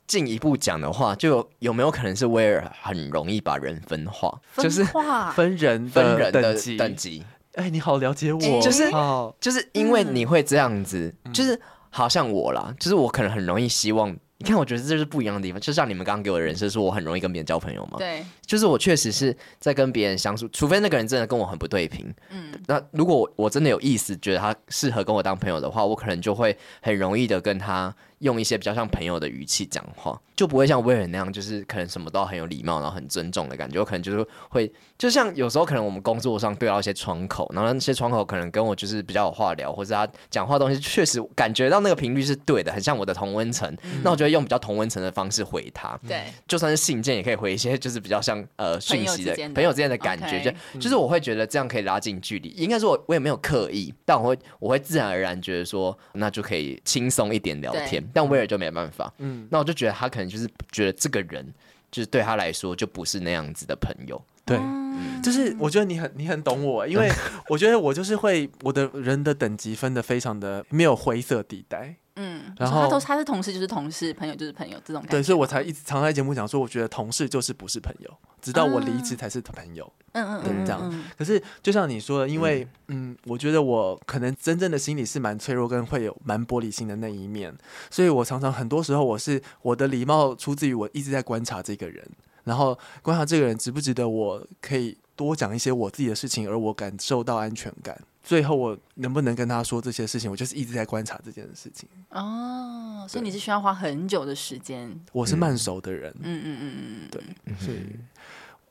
Speaker 1: 进一步讲的话，就有有没有可能是威尔很容易把人分化，就是
Speaker 4: 话
Speaker 3: 分人
Speaker 1: 分人的
Speaker 3: 等级
Speaker 1: 等。级，
Speaker 3: 哎，你好了解我，
Speaker 1: 就是
Speaker 3: 好
Speaker 1: 就是因为你会这样子，就是好像我啦，就是我可能很容易希望。你看，我觉得这是不一样的地方，就像你们刚刚给我的人设，说我很容易跟别人交朋友嘛。
Speaker 4: (laughs) 对，
Speaker 1: 就是我确实是在跟别人相处，除非那个人真的跟我很不对频。
Speaker 4: 嗯
Speaker 1: 那如果我我真的有意思，觉得他适合跟我当朋友的话，我可能就会很容易的跟他用一些比较像朋友的语气讲话，就不会像威尔那样，就是可能什么都很有礼貌，然后很尊重的感觉。我可能就是会，就像有时候可能我们工作上对到一些窗口，然后那些窗口可能跟我就是比较有话聊，或者他讲话的东西确实感觉到那个频率是对的，很像我的同温层，
Speaker 4: 嗯
Speaker 1: 那我就会用比较同温层的方式回他。
Speaker 4: 对，
Speaker 1: 就算是信件，也可以回一些就是比较像呃讯息的
Speaker 4: 之间的
Speaker 1: 朋友之间的感觉，
Speaker 4: OK
Speaker 3: 嗯
Speaker 1: 就就是我会觉得这样可以拉近距离。应该说我我也没有刻意，但我会我会自然而然觉得说，那就可以轻松一点聊天。但威尔就没办法，
Speaker 3: (laughs) 嗯
Speaker 1: 那我就觉得他可能就是觉得这个人就是对他来说就不是那样子的朋友。
Speaker 3: 对。
Speaker 4: 嗯
Speaker 3: 就是我觉得你很你很懂我，因为 (laughs) 我觉得我就是会我的人的等级分的非常的没有灰色地带，
Speaker 4: 嗯，所
Speaker 3: 然
Speaker 4: 以他
Speaker 3: 后
Speaker 4: 都他是同事就是同事，朋友就是朋友这种感觉。
Speaker 3: 对，所以我才一直常在节目讲说，我觉得同事就是不是朋友，直到我离职才是朋友。
Speaker 4: 嗯嗯
Speaker 3: 对
Speaker 4: 嗯，
Speaker 3: 这样
Speaker 4: 嗯
Speaker 3: 可是就像你说的，因为嗯我觉得我可能真正的心里是蛮脆弱，跟会有蛮玻璃心的那一面，所以我常常很多时候我是我的礼貌出自于我一直在观察这个人，然后观察这个人值不值得我可以多讲一些我自己的事情，而我感受到安全感。最后我能不能跟他说这些事情，我就是一直在观察这件事情。
Speaker 4: 哦，所以你是需要花很久的时间。
Speaker 3: 我是慢熟的人，
Speaker 4: 嗯嗯嗯嗯，
Speaker 3: 对，所以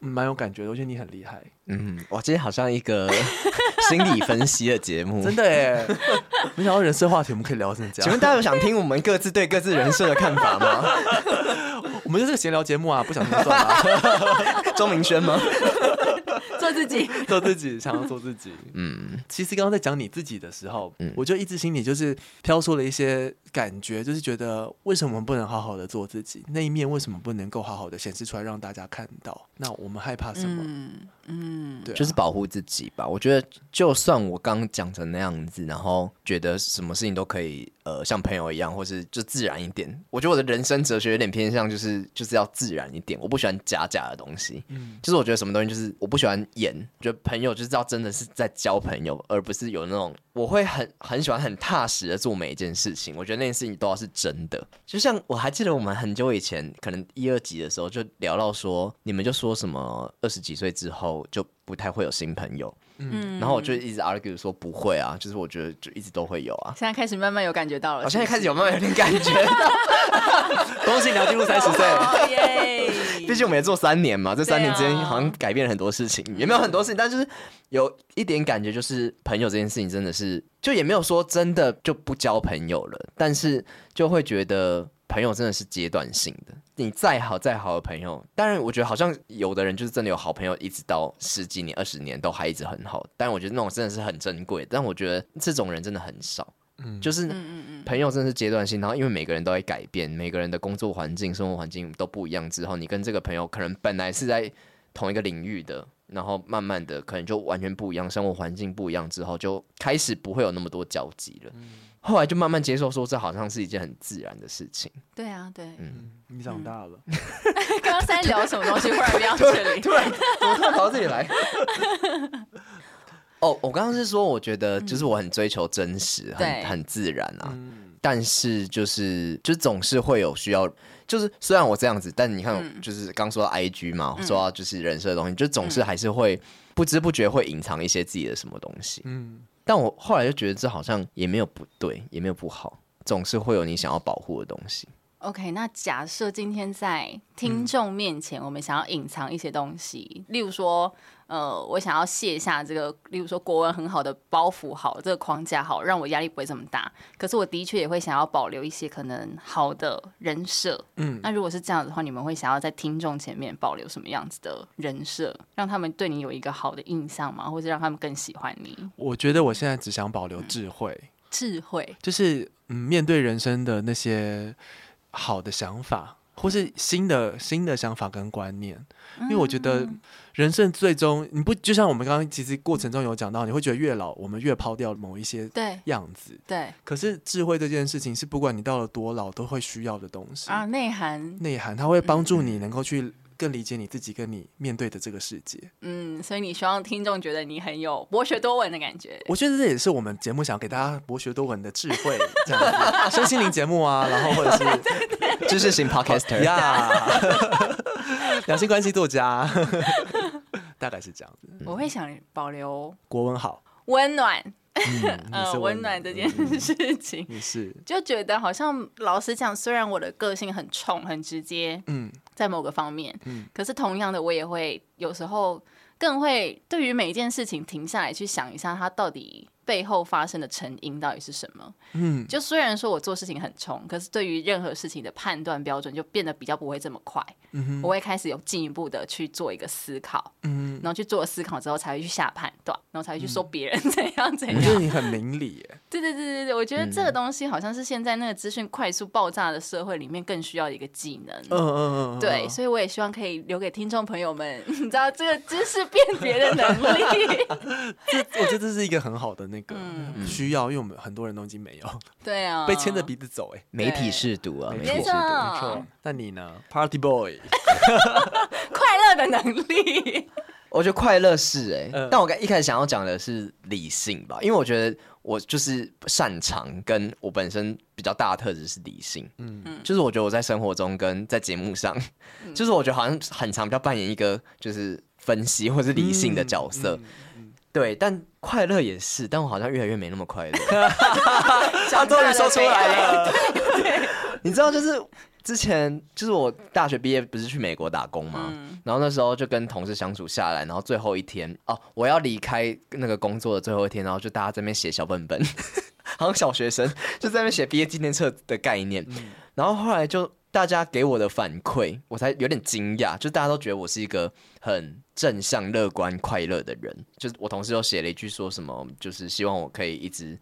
Speaker 3: 嗯蛮有感觉的。我觉得你很厉害，
Speaker 1: 嗯，我今天好像一个 (laughs) 心理分析的节目，
Speaker 3: 真的耶！没想到人生话题我们可以聊成这
Speaker 1: 请问
Speaker 3: 样。
Speaker 1: 大家有想听我们各自对各自人设的看法
Speaker 3: (laughs)
Speaker 1: 吗？
Speaker 3: 我们就是个闲聊节目啊，不想听算了，
Speaker 1: 周明轩吗？
Speaker 4: 嗯做自己。
Speaker 3: 做自己，想要做自己。
Speaker 1: 嗯，
Speaker 3: 其实刚刚在讲你自己的时候，
Speaker 1: 嗯
Speaker 3: 我就一直心里就是飘出了一些感觉，就是觉得为什么不能好好的做自己？那一面为什么不能够好好的显示出来让大家看到？那我们害怕什么？
Speaker 4: 嗯嗯，
Speaker 3: 对啊、
Speaker 1: 就是保护自己吧。我觉得，就算我刚讲成那样子，然后觉得什么事情都可以，呃，像朋友一样，或是就自然一点。我觉得我的人生哲学有点偏向，就是就是要自然一点。我不喜欢假假的东西。
Speaker 3: 嗯
Speaker 1: 就是我觉得什么东西，就是我不喜欢演，觉得朋友就是要真的是在交朋友，而不是有那种我会很很喜欢很踏实的做每一件事情。我觉得那件事情都要是真的。就像我还记得我们很久以前，可能一二集的时候就聊到说，你们就说什么二十几岁之后就不太会有新朋友，
Speaker 4: 嗯
Speaker 1: 然后我就一直 argue 说不会啊，就是我觉得就一直都会有啊。
Speaker 4: 现在开始慢慢有感觉到了。
Speaker 1: 我现在
Speaker 4: 是不
Speaker 1: 开
Speaker 4: 是
Speaker 1: 始有慢慢有点感觉到，
Speaker 3: 恭喜你要进入三十岁，
Speaker 4: 哦
Speaker 1: (laughs)
Speaker 4: 耶！
Speaker 1: 毕竟我们也做三年嘛，这三年之间
Speaker 4: 对啊
Speaker 1: 好像改变了很多事情，也没有很多事情，但就是有一点感觉，就是朋友这件事情真的是，就也没有说真的就不交朋友了，但是就会觉得朋友真的是阶段性的。你再好再好的朋友，当然我觉得好像有的人就是真的有好朋友，一直到十几年、二十年都还一直很好，但我觉得那种真的是很珍贵，但我觉得这种人真的很少。
Speaker 3: 嗯
Speaker 1: 就是
Speaker 4: 嗯嗯嗯，
Speaker 1: 朋友真的是阶段性，然后因为每个人都在改变，每个人的工作环境、生活环境都不一样之后，你跟这个朋友可能本来是在同一个领域的，然后慢慢的可能就完全不一样，生活环境不一样之后，就开始不会有那么多交集了。后来就慢慢接受说，这好像是一件很自然的事情。
Speaker 4: 对啊对。
Speaker 3: 嗯你长大了。
Speaker 4: 刚刚在聊什么东西，忽然变到这
Speaker 1: 然怎么
Speaker 4: 里。
Speaker 1: 突然跑到这里来？哦，我刚刚是说，我觉得就是我很追求真实，
Speaker 4: 对
Speaker 1: 很很自然啊。
Speaker 3: 嗯，
Speaker 1: 但是就是就总是会有需要，就是虽然我这样子，但你看，就是刚说到 IG 嘛，说到就是人设的东西，就总是还是会不知不觉会隐藏一些自己的什么东西。
Speaker 3: 嗯，
Speaker 1: 但我后来就觉得这好像也没有不对，也没有不好，总是会有你想要保护的东 (laughs) 西。
Speaker 4: OK，那假设今天在听众面前，我们想要隐藏一些东西，例如说，呃，我想要卸下这个，例如说国文很好的包袱好，这个框架好，让我压力不会这么大。可是我的确也会想要保留一些可能好的人设。
Speaker 3: 嗯
Speaker 4: 那如果是这样子的话，你们会想要在听众前面保留什么样子的人设，让他们对你有一个好的印象吗？或者让他们更喜欢你？
Speaker 3: 我觉得我现在只想保留智慧，
Speaker 4: 智慧，
Speaker 3: 就是嗯，面对人生的那些好的想法，或是新的新的想法跟观念，因为我觉得人生最终你不就像我们刚刚其实过程中有讲到，你会觉得越老我们越抛掉某一些
Speaker 4: 对
Speaker 3: 样子，
Speaker 4: 对
Speaker 3: 可是智慧这件事情是不管你到了多老都会需要的东西，
Speaker 4: 啊，内涵
Speaker 3: 内涵它会帮助你能够去更理解你自己跟你面对的这个世界。
Speaker 4: 嗯，所以你希望听众觉得你很有博学多闻的感觉。
Speaker 3: 我觉得这也是我们节目想给大家博学多闻的智慧，这样子，身心灵节目啊，然后或者是。
Speaker 1: 知识型 (laughs) podcaster，
Speaker 3: 呀， (laughs) 两性关系作家， (laughs) 大概是这样子。
Speaker 4: 我会想保留
Speaker 3: 国文好，
Speaker 4: 温暖，
Speaker 3: 嗯，你
Speaker 4: 呃，
Speaker 3: 是嗯
Speaker 4: 温暖这件事情，
Speaker 3: 你是
Speaker 4: 就觉得好像老实讲，虽然我的个性很冲、很直接，
Speaker 3: 嗯
Speaker 4: 在某个方面，
Speaker 3: 嗯
Speaker 4: 可是同样的，我也会有时候更会对于每一件事情停下来去想一下，它到底。背后发生的成因到底是什么。
Speaker 3: 嗯，
Speaker 4: 就虽然说我做事情很冲，可是对于任何事情的判断标准就变得比较不会这么快。
Speaker 3: 嗯
Speaker 4: 我会开始有进一步的去做一个思考，
Speaker 3: 嗯，
Speaker 4: 然后去做了思考之后才会去下判断，然后才会去说别人 (laughs) 怎样怎
Speaker 3: 我觉得
Speaker 4: 样。
Speaker 3: 你很明理耶，
Speaker 4: 对对对对对，我觉得这个东西好像是现在那个资讯快速爆炸的社会里面更需要的一个技能。
Speaker 3: 嗯嗯嗯，
Speaker 4: 对，所以我也希望可以留给听众朋友们， (laughs) 你知道这个知识辨别的能力。 (laughs)
Speaker 3: 这我觉得这是一个很好的那个
Speaker 4: 嗯
Speaker 3: 需要，因为我们很多人都已经没有
Speaker 4: 对啊，
Speaker 3: 被牵着鼻子走，哎，
Speaker 1: 媒体试读啊，
Speaker 3: 没
Speaker 1: 没
Speaker 4: 没
Speaker 3: 错
Speaker 1: 错
Speaker 4: 错，，
Speaker 3: 没错。那你呢？Party boy，
Speaker 4: 快乐的能力。
Speaker 1: 我觉得快乐是哎、
Speaker 3: 嗯
Speaker 1: 但我刚一开始想要讲的是理性吧，因为我觉得我就是擅长，跟我本身比较大的特质是理性。嗯
Speaker 4: 嗯
Speaker 1: 就是我觉得我在生活中跟在节目上，就是我觉得好像很常比较扮演一个就是分析或是理性的角色。对，但快乐也是，但我好像越来越没那么快乐。
Speaker 4: 他
Speaker 3: 终于说出来了，
Speaker 1: 你知道，就是之前就是我大学毕业不是去美国打工吗？然后那时候就跟同事相处下来，然后最后一天哦，我要离开那个工作的最后一天，然后就大家在那边写小本本，好像小学生 (laughs) 就在那边写毕业纪念册的概念。
Speaker 3: 嗯
Speaker 1: 然后后来就大家给我的反馈，我才有点惊讶，就大家都觉得我是一个很正向、乐观、快乐的人。就是我同事又写了一句说什么，就是希望我可以一直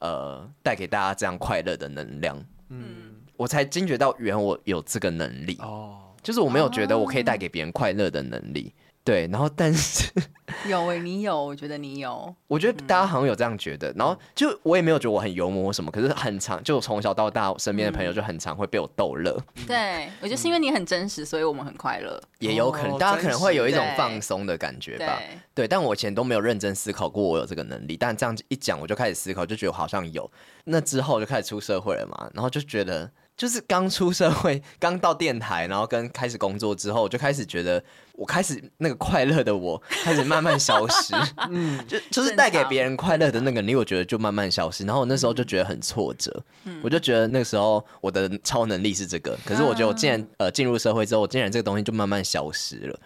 Speaker 1: 呃带给大家这样快乐的能量。
Speaker 3: 嗯，
Speaker 1: 我才惊觉到，原来我有这个能力，
Speaker 3: 哦，啊
Speaker 1: 就是我没有觉得我可以带给别人快乐的能力。对，然后但是
Speaker 4: (laughs) 有诶、你有，我觉得你有。
Speaker 1: 我觉得大家好像有这样觉得，然后就我也没有觉得我很幽默或什么，可是很常就从小到大，我身边的朋友就很常会被我逗乐，
Speaker 4: 对，我觉得是因为你很真实，所以我们很快乐。
Speaker 1: 也有可能、
Speaker 3: 哦
Speaker 1: 大家可能会有一种
Speaker 4: 真实
Speaker 1: 放松的感觉
Speaker 4: 对
Speaker 1: 吧。对，但我以前都没有认真思考过我有这个能力，但这样一讲我就开始思考，就觉得我好像有。那之后就开始出社会了嘛，然后就觉得就是刚出社会，刚到电台，然后跟开始工作之后，我就开始觉得我开始那个快乐的我开始慢慢消失，嗯， (laughs) 就就是
Speaker 4: 正
Speaker 1: 带给
Speaker 4: 常
Speaker 1: 别人快乐的那个能力，我觉得就慢慢消失。然后我那时候就觉得很挫折，
Speaker 4: 嗯
Speaker 1: 我就觉得那个时候我的超能力是这个，可是我觉得我竟然
Speaker 4: 啊
Speaker 1: 呃进入社会之后，我竟然这个东西就慢慢消失了。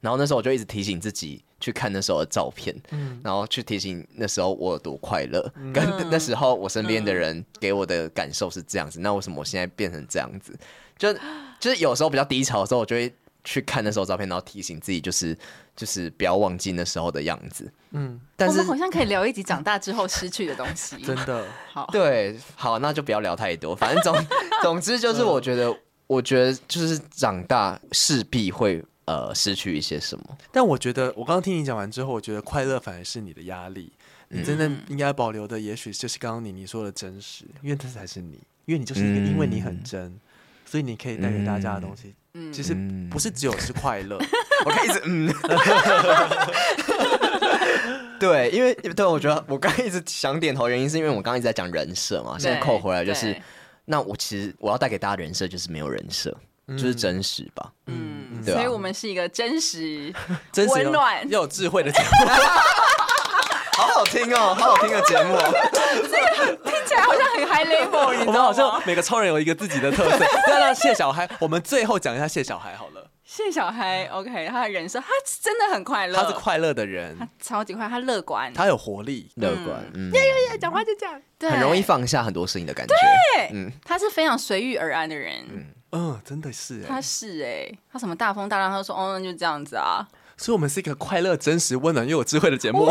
Speaker 1: 然后那时候我就一直提醒自己去看那时候的照片，然后去提醒那时候我有多快乐，跟那时候我身边的人给我的感受是这样子。那为什么我现在变成这样子？就就是有时候比较低潮的时候，我就会去看那时候照片，然后提醒自己，就是就是不要忘记那时候的样子。
Speaker 3: 嗯，
Speaker 1: 但
Speaker 4: 我
Speaker 1: 是
Speaker 4: 们好像可以聊一集长大之后失去的东西。
Speaker 3: (laughs) 真的，
Speaker 4: 好，
Speaker 1: 对，好，那就不要聊太多。反正总总之就是，我觉得，我觉得就是长大势必会呃失去一些什么。
Speaker 3: 但我觉得，我刚刚听你讲完之后，我觉得快乐反而是你的压力。你真
Speaker 4: 嗯
Speaker 3: 正应该保留的，也许就是刚刚你你说的真实，因为这才是你，因为你就是因为
Speaker 1: 嗯
Speaker 3: 因为你很真，所以你可以带给大家的东西，
Speaker 4: 嗯
Speaker 3: 其实不是只有是快乐，
Speaker 1: 我开始嗯， (laughs) 对，因为对我觉得我刚刚一直想点头，原因是因为我刚刚一直在讲人设嘛，现在
Speaker 4: 对
Speaker 1: 扣回来就是
Speaker 4: 对，
Speaker 1: 那我其实我要带给大家人设就是没有人设，就是真实吧。
Speaker 4: 嗯，
Speaker 1: 对啊
Speaker 4: 所以我们是一个真
Speaker 3: (laughs)
Speaker 4: 实、
Speaker 3: 真实
Speaker 4: 温暖
Speaker 3: 要有智慧的节目。
Speaker 1: 好好听哦，好好听的节目哦。
Speaker 4: (laughs) 嗯听起来好像很 high level，你知
Speaker 3: 我们
Speaker 4: 道
Speaker 3: 好
Speaker 4: 吗
Speaker 3: 像？每个超人有一个自己的特色。那让谢小孩，我们最后讲一下谢小孩好
Speaker 4: (laughs)
Speaker 3: 了，
Speaker 4: 谢小孩，OK，他的人生，他真的很快乐，
Speaker 3: 他是快乐的人，
Speaker 4: 超级快，他乐观，哎
Speaker 3: 他有活力，
Speaker 1: 乐观，嗯，
Speaker 2: 讲话就这样，
Speaker 4: 对
Speaker 1: 很容易，放下很多事情的感觉。嗯
Speaker 4: 他是非常随遇而安的人，
Speaker 3: 嗯，真的是
Speaker 4: 他
Speaker 3: 哎，
Speaker 4: 是哎，他什么大风大浪，他就说哦，那就这样子啊，
Speaker 3: 所以我们是一个快乐、真实、温暖又有智慧的节目。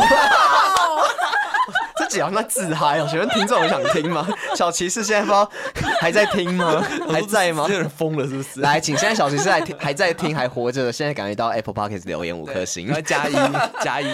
Speaker 1: 这几行在自嗨哦，请问听众有想听
Speaker 4: (laughs)
Speaker 1: 吗？小骑士现在不知道还在听吗？还在
Speaker 3: (laughs)
Speaker 1: 吗
Speaker 3: 这？人疯了是不是？
Speaker 1: 来，请现在小骑士还听，还在听，还活着的，现在感觉到 Apple Podcast 留言五颗星
Speaker 3: 然。后加 (laughs) 一加一。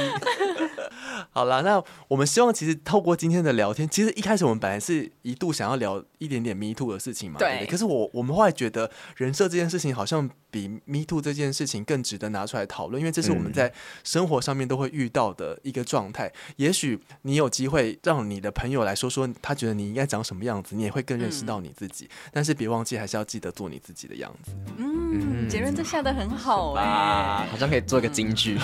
Speaker 3: 好啦，那我们希望其实透过今天的聊天，其实一开始我们本来是一度想要聊一点点 Me Too 的事情嘛，
Speaker 4: 对
Speaker 3: 不可是我我们后来觉得人设这件事情好像比 Me Too 这件事情更值得拿出来讨论，因为这是我们在生活上面都会遇到的一个状态。也许你有机会让你的朋友来说说他觉得你应该长什么样子，你也会更认识到你自己。但是别忘记还是要记得做你自己的样子。
Speaker 4: 嗯，结论这下的很好哎，
Speaker 1: 啊，好像可以做一个金句，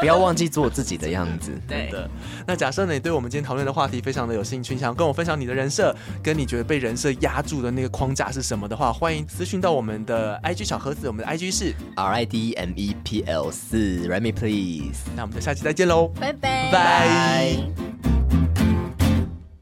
Speaker 1: 不要忘记做自己的样子。
Speaker 4: 对，
Speaker 3: 的。那假设你对我们今天讨论的话题非常的有兴趣，你想要跟我分享你的人设，跟你觉得被人设压住的那个框架是什么的话，欢迎私讯到我们的 IG 小盒子，我们的 IG 是。
Speaker 1: R I D E M E P L 四，Remy please，
Speaker 3: 那我们就下期再见喽，
Speaker 4: 拜拜，
Speaker 3: 拜。